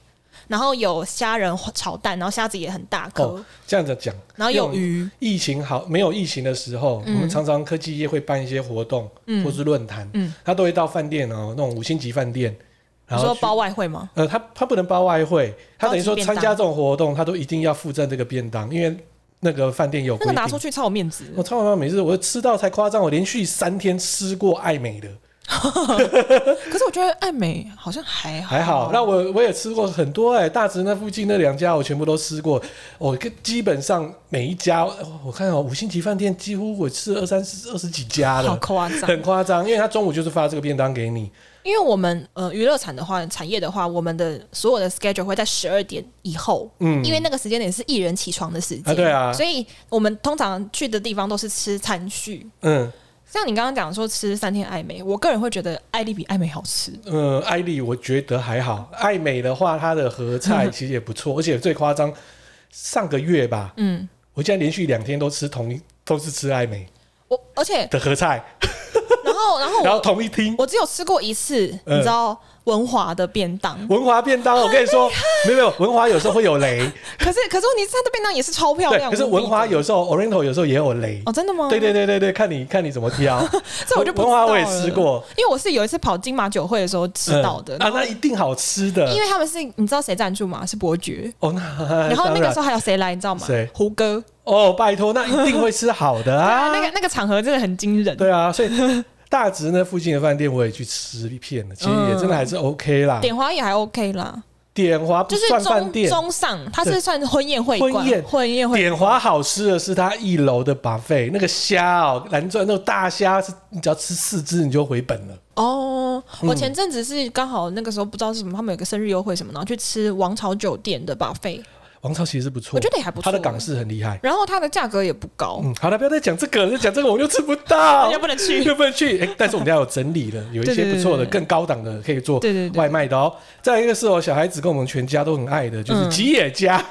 [SPEAKER 2] 然后有虾仁炒蛋，然后虾子也很大颗，
[SPEAKER 1] 哦这样子讲，
[SPEAKER 2] 然后有鱼，
[SPEAKER 1] 疫情好没有疫情的时候，
[SPEAKER 2] 嗯
[SPEAKER 1] 我们常常科技业会办一些活动、
[SPEAKER 2] 嗯
[SPEAKER 1] 或是论坛，
[SPEAKER 2] 嗯
[SPEAKER 1] 他都会到饭店哦，那种五星级饭店，
[SPEAKER 2] 你
[SPEAKER 1] 然后
[SPEAKER 2] 说
[SPEAKER 1] 去
[SPEAKER 2] 包外汇吗？
[SPEAKER 1] 呃，他他不能包外汇，他等于说
[SPEAKER 2] 高级便
[SPEAKER 1] 参
[SPEAKER 2] 当
[SPEAKER 1] 加这种活动，他都一定要附赠这个便当，因为那个饭店有
[SPEAKER 2] 那
[SPEAKER 1] 规
[SPEAKER 2] 个
[SPEAKER 1] 定。
[SPEAKER 2] 拿出去超有面子，
[SPEAKER 1] 我超妈每次我吃到才夸张，我连续三天吃过爱美的，
[SPEAKER 2] 可是我觉得爱美好像还好，
[SPEAKER 1] 还好。那我我也吃过很多哎、大直那附近那两家我全部都吃过，我跟基本上每一家，哦我看哦，五星级饭店几乎我吃了二三十二十几家
[SPEAKER 2] 好
[SPEAKER 1] 了。
[SPEAKER 2] 夸张，
[SPEAKER 1] 很夸张，因为他中午就是发这个便当给你，
[SPEAKER 2] 因为我们呃娱乐产的话，产业的话，我们的所有的 schedule 会在十二点以后，
[SPEAKER 1] 嗯
[SPEAKER 2] 因为那个时间点是艺人起床的时间、
[SPEAKER 1] 啊对啊
[SPEAKER 2] 所以我们通常去的地方都是吃餐叙。
[SPEAKER 1] 嗯
[SPEAKER 2] 像你刚刚讲说吃三天爱美，我个人会觉得爱丽比爱美好吃。
[SPEAKER 1] 呃，艾丽我觉得还好，艾美的话，它的合 菜其实也不错，而且最夸张，上个月吧，
[SPEAKER 2] 嗯，
[SPEAKER 1] 我竟然连续两天都吃同一，都是吃艾美
[SPEAKER 2] 我而且
[SPEAKER 1] 的合菜，
[SPEAKER 2] 然后然后
[SPEAKER 1] 然
[SPEAKER 2] 我
[SPEAKER 1] 后同一厅
[SPEAKER 2] 我只有吃过一次，
[SPEAKER 1] 嗯
[SPEAKER 2] 你知道文华的便当，
[SPEAKER 1] 文华便当，我跟你 说，没有没有，文华有时候会有雷，
[SPEAKER 2] 可是可是问题是它的便当也是超漂
[SPEAKER 1] 对，
[SPEAKER 2] 亮。
[SPEAKER 1] 可是
[SPEAKER 2] 无比的
[SPEAKER 1] 文华有时候 Oriental 有时候也有雷，
[SPEAKER 2] 哦，真的吗？
[SPEAKER 1] 对对对对对，看你看你怎么挑，
[SPEAKER 2] 这我就不
[SPEAKER 1] 文华
[SPEAKER 2] 知道
[SPEAKER 1] 我也
[SPEAKER 2] 了
[SPEAKER 1] 吃过，
[SPEAKER 2] 因为我是有一次跑金马酒会的时候吃到的，
[SPEAKER 1] 嗯啊，那一定好吃
[SPEAKER 2] 因
[SPEAKER 1] 的，
[SPEAKER 2] 为他们是你知道谁赞助吗？是伯爵。
[SPEAKER 1] 哦那
[SPEAKER 2] 然后那个时
[SPEAKER 1] 候
[SPEAKER 2] 候还有谁来，你知道吗？
[SPEAKER 1] 谁
[SPEAKER 2] 胡歌
[SPEAKER 1] 哦，拜托，那一定会吃好的啊，
[SPEAKER 2] 啊，那个那个场合真的很惊人。
[SPEAKER 1] 对啊，所以大直那附近的饭店我也去吃一片了，其实也真的还是 OK 啦。
[SPEAKER 2] 嗯点华也还 OK 啦，
[SPEAKER 1] 点华不
[SPEAKER 2] 就是
[SPEAKER 1] 算饭
[SPEAKER 2] 中
[SPEAKER 1] 店，
[SPEAKER 2] 中上，它是算婚宴会馆
[SPEAKER 1] 婚宴
[SPEAKER 2] 婚宴会
[SPEAKER 1] 点华好吃的是它一楼的 buffet，那个虾哦，蓝钻那种大虾是，你只要吃四只你就回本了。
[SPEAKER 2] 哦。
[SPEAKER 1] 嗯
[SPEAKER 2] 我前阵子是刚好那个时候不知道是什么，他们有个生日优惠什么，然后去吃王朝酒店的 buffet，
[SPEAKER 1] 王朝其实不错，
[SPEAKER 2] 我觉得也还不错。
[SPEAKER 1] 它的港，式很厉害。
[SPEAKER 2] 然后它的价格也不高，
[SPEAKER 1] 嗯，好了，不要再讲这个了，再讲这个我们就吃不到
[SPEAKER 2] 大哎家，不能去。
[SPEAKER 1] 又不能去。哎、但是我们家有整理 了，有一些不错的、
[SPEAKER 2] 对对对对
[SPEAKER 1] 更高档的可以做
[SPEAKER 2] 对对对
[SPEAKER 1] 外卖的哦。再一个是我小孩子跟我们全家都很爱的，就是
[SPEAKER 2] 嗯
[SPEAKER 1] 吉野家。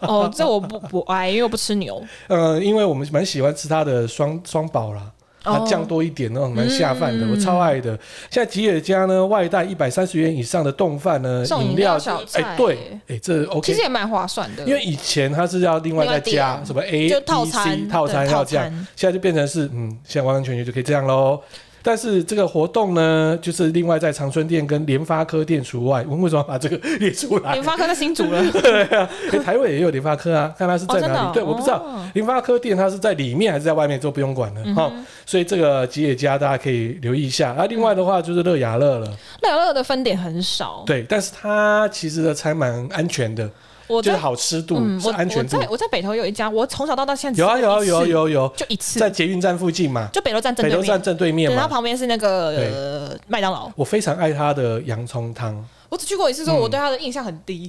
[SPEAKER 2] 哦，这我不不爱，因为我不吃牛。
[SPEAKER 1] 呃，因为我们蛮喜欢吃它的双双宝啦，它
[SPEAKER 2] 哦
[SPEAKER 1] 酱多一点那种蛮下饭的，
[SPEAKER 2] 嗯
[SPEAKER 1] 我超爱的。现在吉野家呢，外带一百三十元以上的冻饭呢，
[SPEAKER 2] 送饮料
[SPEAKER 1] 料
[SPEAKER 2] 小
[SPEAKER 1] 哎、
[SPEAKER 2] 菜
[SPEAKER 1] 对，哎、这
[SPEAKER 2] 其
[SPEAKER 1] OK
[SPEAKER 2] 实。也蛮划算的，
[SPEAKER 1] 因为以前它是要另外再加什么 A
[SPEAKER 2] 啊就套
[SPEAKER 1] B
[SPEAKER 2] 餐
[SPEAKER 1] C 套餐
[SPEAKER 2] 对
[SPEAKER 1] 要
[SPEAKER 2] 套
[SPEAKER 1] 这样，
[SPEAKER 2] 餐
[SPEAKER 1] 现在就变成是嗯，现在完完全全就可以这样喽。但是这个活动呢，就是另外在长春店跟联发科店除外。我们为什么要把这个列出来
[SPEAKER 2] 联？发科在新竹了，
[SPEAKER 1] 对啊，诶台北也有联发科啊，看它是在
[SPEAKER 2] 哦，真
[SPEAKER 1] 哪里。
[SPEAKER 2] 的哦、
[SPEAKER 1] 对，我不知道。
[SPEAKER 2] 哦
[SPEAKER 1] 联发科店它是在里面还是在外面，都不用管了
[SPEAKER 2] 嗯
[SPEAKER 1] 哈、所以这个吉野家大家可以留意一下。啊，另外的话就是乐
[SPEAKER 2] 哦
[SPEAKER 1] 雅乐了，
[SPEAKER 2] 乐乐的分点很少，
[SPEAKER 1] 对，但是它其实的餐蛮安全的，
[SPEAKER 2] 我
[SPEAKER 1] 就是
[SPEAKER 2] 在
[SPEAKER 1] 好吃度、
[SPEAKER 2] 嗯，
[SPEAKER 1] 是
[SPEAKER 2] 我
[SPEAKER 1] 安
[SPEAKER 2] 我
[SPEAKER 1] 全度。
[SPEAKER 2] 在我在北投有一家，我从小到大现在
[SPEAKER 1] 有啊有啊有啊
[SPEAKER 2] 啊，
[SPEAKER 1] 有啊有啊，
[SPEAKER 2] 就一次，
[SPEAKER 1] 在捷运站附近嘛，
[SPEAKER 2] 就北投站正
[SPEAKER 1] 北
[SPEAKER 2] 对
[SPEAKER 1] 投站
[SPEAKER 2] 面，
[SPEAKER 1] 正对面
[SPEAKER 2] 对，然后
[SPEAKER 1] 嘛。
[SPEAKER 2] 旁边是那个呃麦当劳。
[SPEAKER 1] 我非常爱它的洋葱汤，
[SPEAKER 2] 我只去过一次，说我对它的印象很 低，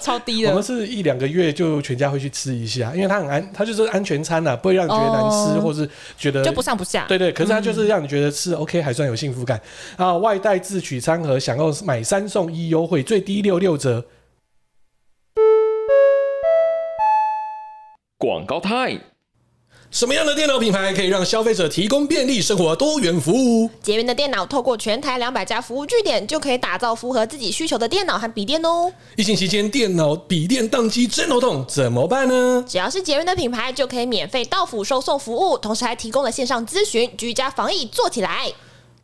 [SPEAKER 2] 超
[SPEAKER 1] 嗯
[SPEAKER 2] 低
[SPEAKER 1] 我们
[SPEAKER 2] 的。
[SPEAKER 1] 是一两个月就全家会去吃一下，因为它很安，它就是安全餐呐、啊不会让你觉得难吃，
[SPEAKER 2] 哦
[SPEAKER 1] 或是觉得
[SPEAKER 2] 就不嗯上不下，
[SPEAKER 1] 对对，可是它就是让你觉得吃 OK 还算有幸福感啊！外带自取餐盒享用买三送一优惠，最低六六折。
[SPEAKER 3] 广告 time。
[SPEAKER 1] 什么样的电脑品牌可以让消费者提供便利生活多元服务？
[SPEAKER 4] 捷云的电脑透过全台两百家服务据点，就可以打造符合自己需求的电脑和笔电哦。
[SPEAKER 1] 疫情期间电脑笔电宕机真头痛，怎么办呢？
[SPEAKER 4] 只要是捷云的品牌，就可以免费到府收送服务，同时还提供了线上咨询，居家防疫做起来。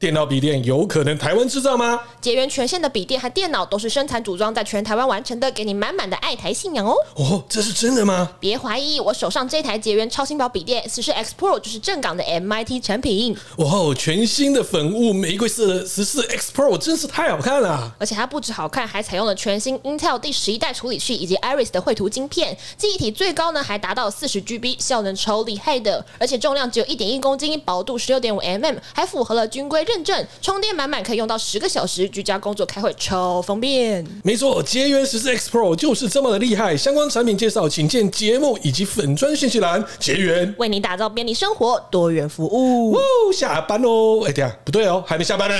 [SPEAKER 1] 电脑笔电有可能台湾制造吗？
[SPEAKER 4] 捷源全线的笔电和电脑都是生产组装在全台湾完成的，给你满满的爱台信仰哦！
[SPEAKER 1] 哦，这是真的吗？
[SPEAKER 4] 别怀疑，我手上这台捷源超轻薄笔电四十 X Pro 就是正港的 MIT 产品，
[SPEAKER 1] 哇哦，全新的粉雾玫瑰色的十四 X Pro 真是太好看了！
[SPEAKER 4] 而且它不止好看，还采用了全新 Intel 第十一代处理器以及 Iris 的绘图晶片，记忆体最高呢还达到四十 GB，效能超厉害的，而且重量只有一点一公斤，薄度十六点五 mm，还符合了军规认证，充电满满可以用到十个小时，居家工作开会超方便。
[SPEAKER 1] 没错，捷源十四 X Pro 就是这么的厉害。相关产品介绍，请见节目以及粉专信息栏。捷源，
[SPEAKER 4] 为你打造便利生活，多元服务。
[SPEAKER 1] 哦，下班喽！哎，等一下不对哦，还没下班呢。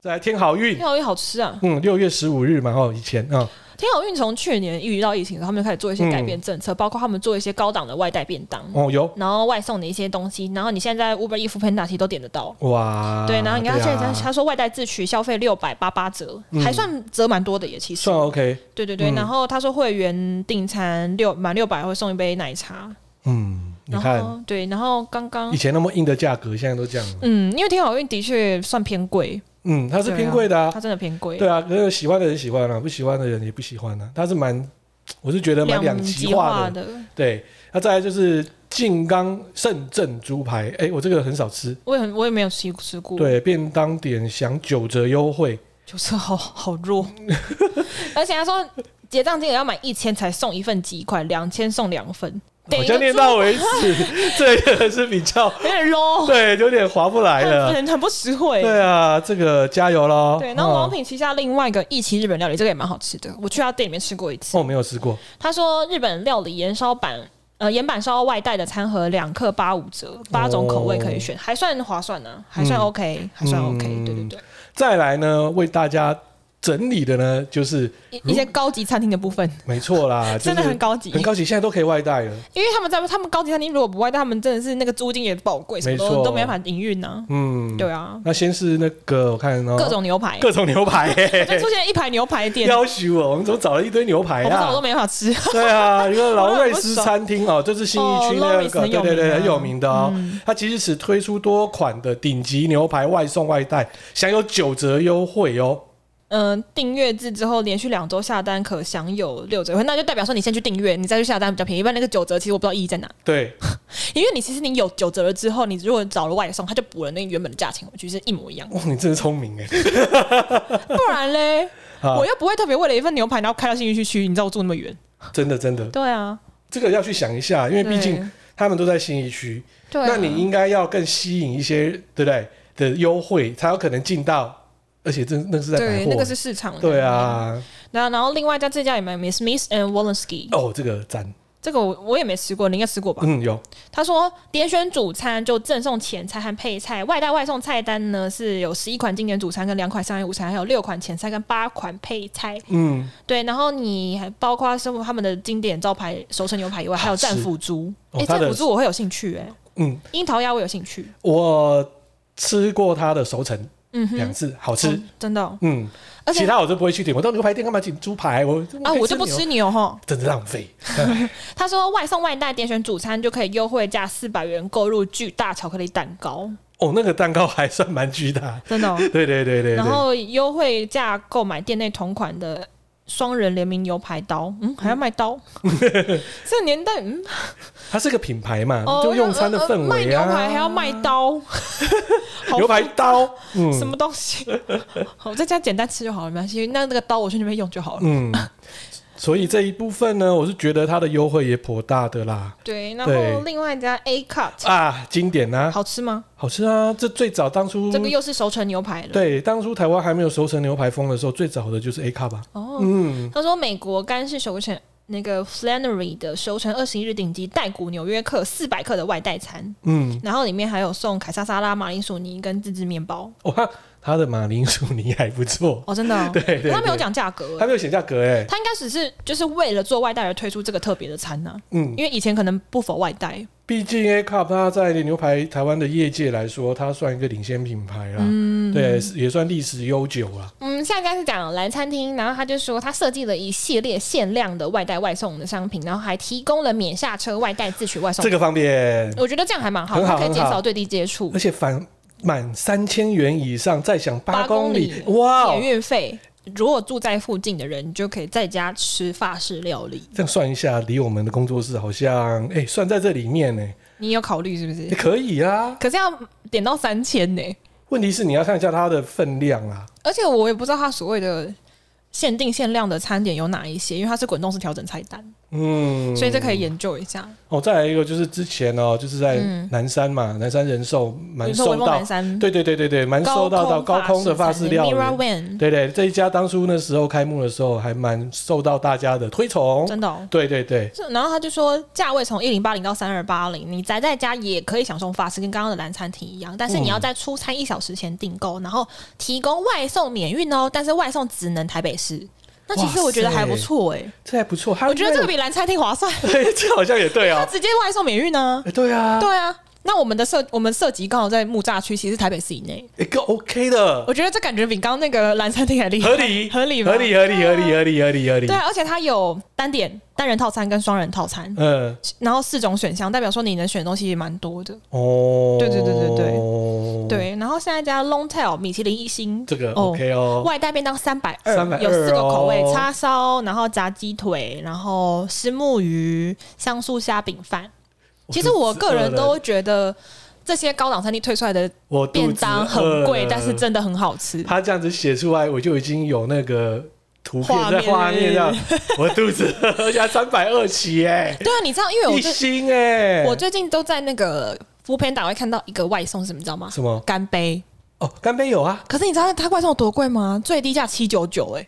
[SPEAKER 1] 再来天好运
[SPEAKER 2] 天，好运好吃啊！
[SPEAKER 1] 嗯，六月十五日嘛，哦，以前啊、
[SPEAKER 2] 天好运从去年遇到疫情，然后他们就开始做一些改变政策，包括他们做一些高档的外带便当，
[SPEAKER 1] 哦，有
[SPEAKER 2] 然后外送的一些东西，然后你现在 Uber、e f o o Panda 其实都点得到。
[SPEAKER 1] 哇，
[SPEAKER 2] 对，然后你看他
[SPEAKER 1] 对
[SPEAKER 2] 现
[SPEAKER 1] 啊嗯
[SPEAKER 2] 在他说外带自取消费六百八八折，还算折蛮多的也其实
[SPEAKER 1] 算。OK，
[SPEAKER 2] 对对对，
[SPEAKER 1] 嗯
[SPEAKER 2] 然后他说会员订餐六满六百会送一杯奶茶，
[SPEAKER 1] 嗯，你
[SPEAKER 2] 然
[SPEAKER 1] 看
[SPEAKER 2] 后对，然后刚刚
[SPEAKER 1] 以前那么硬的价格，现在都这样了，
[SPEAKER 2] 嗯，因为天好运的确算偏贵，
[SPEAKER 1] 嗯，它
[SPEAKER 2] 它
[SPEAKER 1] 是偏贵的啊
[SPEAKER 2] 它，真的偏贵。
[SPEAKER 1] 对啊，可是喜欢的人喜欢啊，不喜欢的人也不喜欢啊，它是蛮，我是觉得蛮两极化的，
[SPEAKER 2] 的，
[SPEAKER 1] 对，那再来就是静冈圣正猪排，哎、我这个很少吃。
[SPEAKER 2] 我也很我也没有吃吃过，，
[SPEAKER 1] 对，便当点享九折优惠，
[SPEAKER 2] 就是好 好弱。而且他说结账金额要满一千才送一份鸡块，两千送两份，
[SPEAKER 1] 好
[SPEAKER 2] 等于
[SPEAKER 1] 像念到为止， 这个是比较
[SPEAKER 2] 有点 low，
[SPEAKER 1] 对，有点划不 来
[SPEAKER 2] 很
[SPEAKER 1] 了。
[SPEAKER 2] 很很不实惠。
[SPEAKER 1] 对啊，这个加油喽！
[SPEAKER 2] 对，然后
[SPEAKER 1] 嗯
[SPEAKER 2] 王品旗下另外一个一期日本料理，这个也蛮好吃的，我去他店里面吃过一次。
[SPEAKER 1] 哦，没有吃过，
[SPEAKER 2] 他说日本料理盐烧板。呃，盐板烧外带的餐盒两克八五折，八种口味可以选，还算划算呢、还算
[SPEAKER 1] 哦嗯
[SPEAKER 2] OK，、还算 OK，、
[SPEAKER 1] 嗯
[SPEAKER 2] 对对对。
[SPEAKER 1] 再来呢，为大家整理的呢，就是
[SPEAKER 2] 一一
[SPEAKER 1] 嗯
[SPEAKER 2] 些高级餐厅的部分，
[SPEAKER 1] 没错啦，就是
[SPEAKER 2] 真的很高级
[SPEAKER 1] 很高级，现在都可以外带了。
[SPEAKER 2] 因为他们在他们高级餐厅如果不外带，他们真的是那个租金也宝贵，什么
[SPEAKER 1] 没错
[SPEAKER 2] 都都没办法营运呢。
[SPEAKER 1] 嗯，
[SPEAKER 2] 对啊，
[SPEAKER 1] 那先是那个，我看哦，
[SPEAKER 2] 各种牛排，
[SPEAKER 1] 各种牛 排、
[SPEAKER 2] 就
[SPEAKER 1] 欸，
[SPEAKER 2] 出现一排牛排店，
[SPEAKER 1] 要求哦我，我们怎么找了一堆牛排
[SPEAKER 2] 我不知道我都
[SPEAKER 1] 啊？
[SPEAKER 2] 没办法吃。
[SPEAKER 1] 对啊，一个劳瑞斯餐厅哦，这是新一区那
[SPEAKER 2] 哦
[SPEAKER 1] 个，
[SPEAKER 2] ，Lawrence
[SPEAKER 1] 对对对，很
[SPEAKER 2] 很有名啊
[SPEAKER 1] 有名的哦。它其实只推出多款的顶级牛排外送外带，享有九折优惠哦。
[SPEAKER 2] 嗯，订阅制之后连续两周下单可享有六折优惠，那就代表说你先去订阅，你再去下单比较便宜。不然那个九折其实我不知道意义在哪，
[SPEAKER 1] 对，
[SPEAKER 2] 因为你其实你有九折了之后，你如果找了外送，他就补了那原本的价钱回去，是一模 一样。
[SPEAKER 1] 哇，你真是聪明哎！
[SPEAKER 2] 不然嘞，
[SPEAKER 1] 啊
[SPEAKER 2] 我又不会特别为了一份牛排然后开到新区区，你知道我住那么远。
[SPEAKER 1] 真的真的，
[SPEAKER 2] 对啊，
[SPEAKER 1] 这个要去想一下，因为毕
[SPEAKER 2] 对
[SPEAKER 1] 竟他们都在新一区，
[SPEAKER 2] 对啊
[SPEAKER 1] 那你应该要更吸引一些，对不对？的优惠才有可能进到，而且这那是在百
[SPEAKER 2] 对
[SPEAKER 1] 货，
[SPEAKER 2] 那个是市场。
[SPEAKER 1] 对。啊，
[SPEAKER 2] 然后，然后另外一家这家也蛮有名，Smith and Wolensky，、
[SPEAKER 1] 哦，这个赞，
[SPEAKER 2] 这个我我也没吃过，你应该吃过吧？
[SPEAKER 1] 嗯，有，
[SPEAKER 2] 他说点选主餐就赠送前菜和配菜，外带外送菜单呢是有十一款经典主餐跟两款商业午餐，还有六款前菜跟八款配菜。
[SPEAKER 1] 嗯，
[SPEAKER 2] 对，然后你还包括生活他们的经典招牌熟成牛排以外，还有战斧猪。
[SPEAKER 1] 哦
[SPEAKER 2] 哎、
[SPEAKER 1] 它的
[SPEAKER 2] 战斧猪我会有兴趣哎、
[SPEAKER 1] 嗯，
[SPEAKER 2] 樱桃鸭我有兴趣。
[SPEAKER 1] 我吃过它的熟成
[SPEAKER 2] 嗯哼，
[SPEAKER 1] 两次，好吃
[SPEAKER 2] 哦，真的哦、
[SPEAKER 1] 嗯，
[SPEAKER 2] 而且
[SPEAKER 1] 其他我就不会去点，我到牛排店干嘛点猪排？我
[SPEAKER 2] 啊，我就不，
[SPEAKER 1] 可以
[SPEAKER 2] 吃
[SPEAKER 1] 牛
[SPEAKER 2] 牛哈。
[SPEAKER 1] 真的浪费。
[SPEAKER 2] 他说外送外带点选主餐就可以优惠价四百元购入巨大巧克力蛋糕，
[SPEAKER 1] 哦，那个蛋糕还算蛮巨大，
[SPEAKER 2] 真的哦、
[SPEAKER 1] 对对对对对，
[SPEAKER 2] 然后优惠价购买店内同款的双人联名牛排刀，嗯，还要 卖刀，这个年代，嗯，
[SPEAKER 1] 它是个品牌嘛，
[SPEAKER 2] 哦，
[SPEAKER 1] 就用餐的
[SPEAKER 2] 呃呃
[SPEAKER 1] 氛
[SPEAKER 2] 卖
[SPEAKER 1] 围
[SPEAKER 2] 牛排还
[SPEAKER 1] 啊，
[SPEAKER 2] 要卖 刀，好
[SPEAKER 1] 牛排嗯刀，
[SPEAKER 2] 什么东西？好，我在家简单吃就好了，没关系。那那个刀我去那边用就好了。
[SPEAKER 1] 嗯，所以这一部分呢，我是觉得它的优惠也颇大的啦。
[SPEAKER 2] 对，然
[SPEAKER 1] 对
[SPEAKER 2] 后另外一家 A Cut
[SPEAKER 1] 啊，经典啊，
[SPEAKER 2] 好吃吗？
[SPEAKER 1] 好吃啊！这最早当初
[SPEAKER 2] 这个又是熟成牛排了。
[SPEAKER 1] 对，当初台湾还没有熟成牛排风的时候，最早的就是 A cup 吧。
[SPEAKER 2] 哦，
[SPEAKER 1] 嗯，
[SPEAKER 2] 他说美国干式熟成那个 Flannery 的熟成二十一日顶级带骨纽约客四百克的外带餐，
[SPEAKER 1] 嗯，
[SPEAKER 2] 然后里面还有送凯撒沙拉、马铃薯泥跟自制面包。
[SPEAKER 1] 哇，它的马铃薯泥还不错，
[SPEAKER 2] 哦，真的、 哦，
[SPEAKER 1] 对对对
[SPEAKER 2] 他没有讲价格
[SPEAKER 1] 它，没有写价格哎、
[SPEAKER 2] 他应该只是就是为了做外带而推出这个特别的餐呢、
[SPEAKER 1] 嗯，
[SPEAKER 2] 因为以前可能不否外带，
[SPEAKER 1] 毕竟 A cup 它在牛排台湾的业界来说，它算一个领先品牌啦，嗯、对，也算历史悠久啦。
[SPEAKER 4] 嗯，下一家是讲蓝餐厅，然后他就说他设计了一系列限量的外带外送的商品，然后还提供了免下车外带自取外送
[SPEAKER 1] 这。个方便，
[SPEAKER 4] 我觉得这样还蛮好，
[SPEAKER 1] 很好
[SPEAKER 4] 它可以
[SPEAKER 1] 很
[SPEAKER 4] 减
[SPEAKER 1] 好
[SPEAKER 4] 少对地接触
[SPEAKER 1] 而，且返满三千元以上，再享八
[SPEAKER 2] 八公
[SPEAKER 1] 公里，
[SPEAKER 2] 里
[SPEAKER 1] 哇
[SPEAKER 2] 免
[SPEAKER 1] 哦，
[SPEAKER 2] 运费。如果住在附近的人，你就可以在家吃法式料理。
[SPEAKER 1] 这样算一下，离我们的工作室好像，哎、算在这里面呢、
[SPEAKER 2] 你有考虑是不是
[SPEAKER 1] 也？可以啊。
[SPEAKER 2] 可是要点到三千呢，
[SPEAKER 1] 问题是你要看一下它的分量啊，
[SPEAKER 2] 而且我也不知道它所谓的限定限量的餐点有哪一些，因为它是滚动式调整菜单，
[SPEAKER 1] 嗯，
[SPEAKER 2] 所以这可以研究一下。
[SPEAKER 1] 哦，再来一个就是之前哦，就是在南山嘛，南山人寿
[SPEAKER 2] 比
[SPEAKER 1] 蛮
[SPEAKER 2] 如嗯说
[SPEAKER 1] 受
[SPEAKER 2] 文峰
[SPEAKER 1] 到
[SPEAKER 2] 南，山
[SPEAKER 1] 对对对对对，蛮受到到高空的法式料
[SPEAKER 2] Mira
[SPEAKER 1] 理，
[SPEAKER 2] Wen，
[SPEAKER 1] 对对，这一家当初那时候开幕的时候还蛮受到大家的推崇，
[SPEAKER 2] 真的、哦。
[SPEAKER 1] 对对对，
[SPEAKER 2] 是然后他就说，价位从一零八零到三二八零，你宅在家也可以享受法式，跟刚刚的蓝餐厅一样，但是你要在出餐一小时前订购，然后提供外送免运哦，但是外送只能台北市。那其实我觉得还不错哎、
[SPEAKER 1] 这还不错，还有
[SPEAKER 2] 我觉得这个
[SPEAKER 1] 那
[SPEAKER 2] 比蓝餐厅 划算，
[SPEAKER 1] 对，哎这好像也对
[SPEAKER 2] 他
[SPEAKER 1] 哦，
[SPEAKER 2] 直接外送免运呢、
[SPEAKER 1] 哎对啊，
[SPEAKER 2] 对啊，那我们的涉我们涉及刚好在木栅区，其实台北市以内，
[SPEAKER 1] 一个 OK 的，
[SPEAKER 2] 我觉得这感觉比刚刚那个蓝餐厅还厉害，
[SPEAKER 1] 合理
[SPEAKER 2] 合理吧啊
[SPEAKER 1] 合理合理合理合理合理合理
[SPEAKER 2] 对，啊，而且它有单点、单人套餐跟双人套餐，
[SPEAKER 1] 嗯，
[SPEAKER 2] 然后四种选项，代表说你能选的东西也蛮多的。
[SPEAKER 1] 哦，
[SPEAKER 2] 对对对对
[SPEAKER 1] 对，
[SPEAKER 2] 对，然后下一家 Longtail 米其林一星，
[SPEAKER 1] 哦这个
[SPEAKER 2] 哦
[SPEAKER 1] OK 哦，
[SPEAKER 2] 外带便当三百二
[SPEAKER 1] 320，
[SPEAKER 2] 有四个口味
[SPEAKER 1] 哦，
[SPEAKER 2] 叉烧，然后炸鸡腿，然后石目鱼、香酥虾饼饭。
[SPEAKER 1] 哦
[SPEAKER 2] 其实我个人都觉得这些高档餐厅推出来的
[SPEAKER 1] 我肚子饿了
[SPEAKER 2] 便当很贵，但是真的很好吃。
[SPEAKER 1] 他这样子写出来，我就已经有那个图片
[SPEAKER 2] 画
[SPEAKER 1] 在
[SPEAKER 2] 面
[SPEAKER 1] 画面上
[SPEAKER 2] 是，
[SPEAKER 1] 我肚子饿而且三百二起哎、
[SPEAKER 2] 对啊，你知道，因为我
[SPEAKER 1] 一
[SPEAKER 2] 最
[SPEAKER 1] 星哎、
[SPEAKER 2] 我最近都在那个 f o o p a n d 会看到一个外送是什么，你知道吗？
[SPEAKER 1] 什么
[SPEAKER 2] 干杯。
[SPEAKER 1] 哦，干杯有啊，
[SPEAKER 2] 可是你知道它外送有多贵吗？最低价七九九，哎，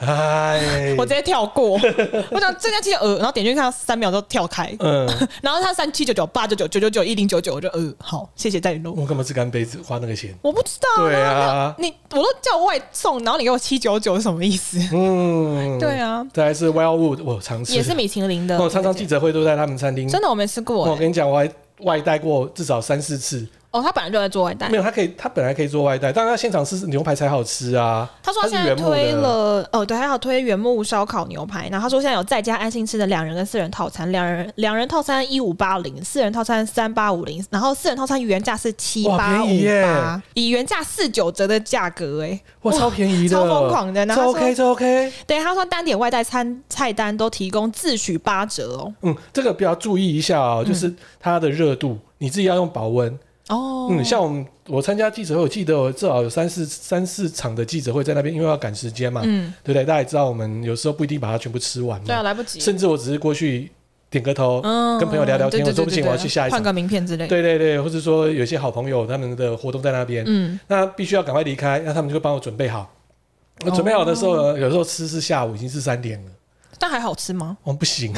[SPEAKER 1] 哎，
[SPEAKER 2] 我直接跳过。 我想这家七九呃，然后点进去看，三秒就跳开。
[SPEAKER 1] 嗯，
[SPEAKER 2] 然后它三七九九、八九九、九九九、一零九九，我就呃，好，谢谢再联络。
[SPEAKER 1] 我干嘛吃干杯只花那个钱？
[SPEAKER 2] 我不知道，
[SPEAKER 1] 对啊
[SPEAKER 2] 然后那你我都叫外送，然后你给我七九九是什么意思？
[SPEAKER 1] 嗯，
[SPEAKER 2] 对。啊，
[SPEAKER 1] 再来是 Wildwood，我常吃，
[SPEAKER 2] 也是米其林的，
[SPEAKER 1] 我常常记哦者会都在他们餐厅。
[SPEAKER 2] 真的我没吃过
[SPEAKER 1] 我
[SPEAKER 2] 欸、
[SPEAKER 1] 跟你讲，我还外带过至少三四次。
[SPEAKER 2] 哦，他本来就在做外带
[SPEAKER 1] 没。有，他可以，他本来可以做外带，但他现场是牛排才好吃啊。
[SPEAKER 2] 他说
[SPEAKER 1] 它
[SPEAKER 2] 他
[SPEAKER 1] 是
[SPEAKER 2] 现在
[SPEAKER 1] 原木的
[SPEAKER 2] 推了，哦，对，还有推原木烧烤牛排，然后他说现在有在家安心吃的两人跟四人套餐，两人两人套餐一五八零，四人套餐三八五零，然后四人套餐原价是七八
[SPEAKER 1] 哇便宜
[SPEAKER 2] 五八
[SPEAKER 1] 耶，
[SPEAKER 2] 以原价四九折的价格、欸，
[SPEAKER 1] 哇，超便宜的，
[SPEAKER 2] 超疯狂的然
[SPEAKER 1] 这
[SPEAKER 2] 后他说
[SPEAKER 1] OK，这 OK。
[SPEAKER 2] 对，他说单点外带餐菜单都提供自取八折哦，
[SPEAKER 1] 嗯，这个比较注意一下
[SPEAKER 2] 嗯
[SPEAKER 1] 哦，就是它的热度，你自己要用保温。
[SPEAKER 2] 哦，
[SPEAKER 1] 嗯，像我们我参加记者会，我记得哦我至少有三四三四场的记者会在那边，因为要赶时间嘛，
[SPEAKER 2] 嗯，
[SPEAKER 1] 对不对？大家也知道，我们有时候不一定把它全部吃完
[SPEAKER 2] 对啊，
[SPEAKER 1] 嘛，
[SPEAKER 2] 来不及，
[SPEAKER 1] 甚至我只是过去点个头，
[SPEAKER 2] 嗯
[SPEAKER 1] 跟朋友聊聊天，
[SPEAKER 2] 对
[SPEAKER 1] 我
[SPEAKER 2] 对
[SPEAKER 1] 说
[SPEAKER 2] 对
[SPEAKER 1] 不
[SPEAKER 2] 对
[SPEAKER 1] 行，我要去下一
[SPEAKER 2] 换
[SPEAKER 1] 场。
[SPEAKER 2] 个名片之类的，
[SPEAKER 1] 对对对，或者说有些好朋友他们的活动在那边，
[SPEAKER 2] 嗯，
[SPEAKER 1] 那必须要赶快离开，那他们就帮我准备好。
[SPEAKER 2] 哦
[SPEAKER 1] 我准备好的时候，有时候吃是下午，已经是三点了，
[SPEAKER 2] 但还好吃吗？
[SPEAKER 1] 我、不行，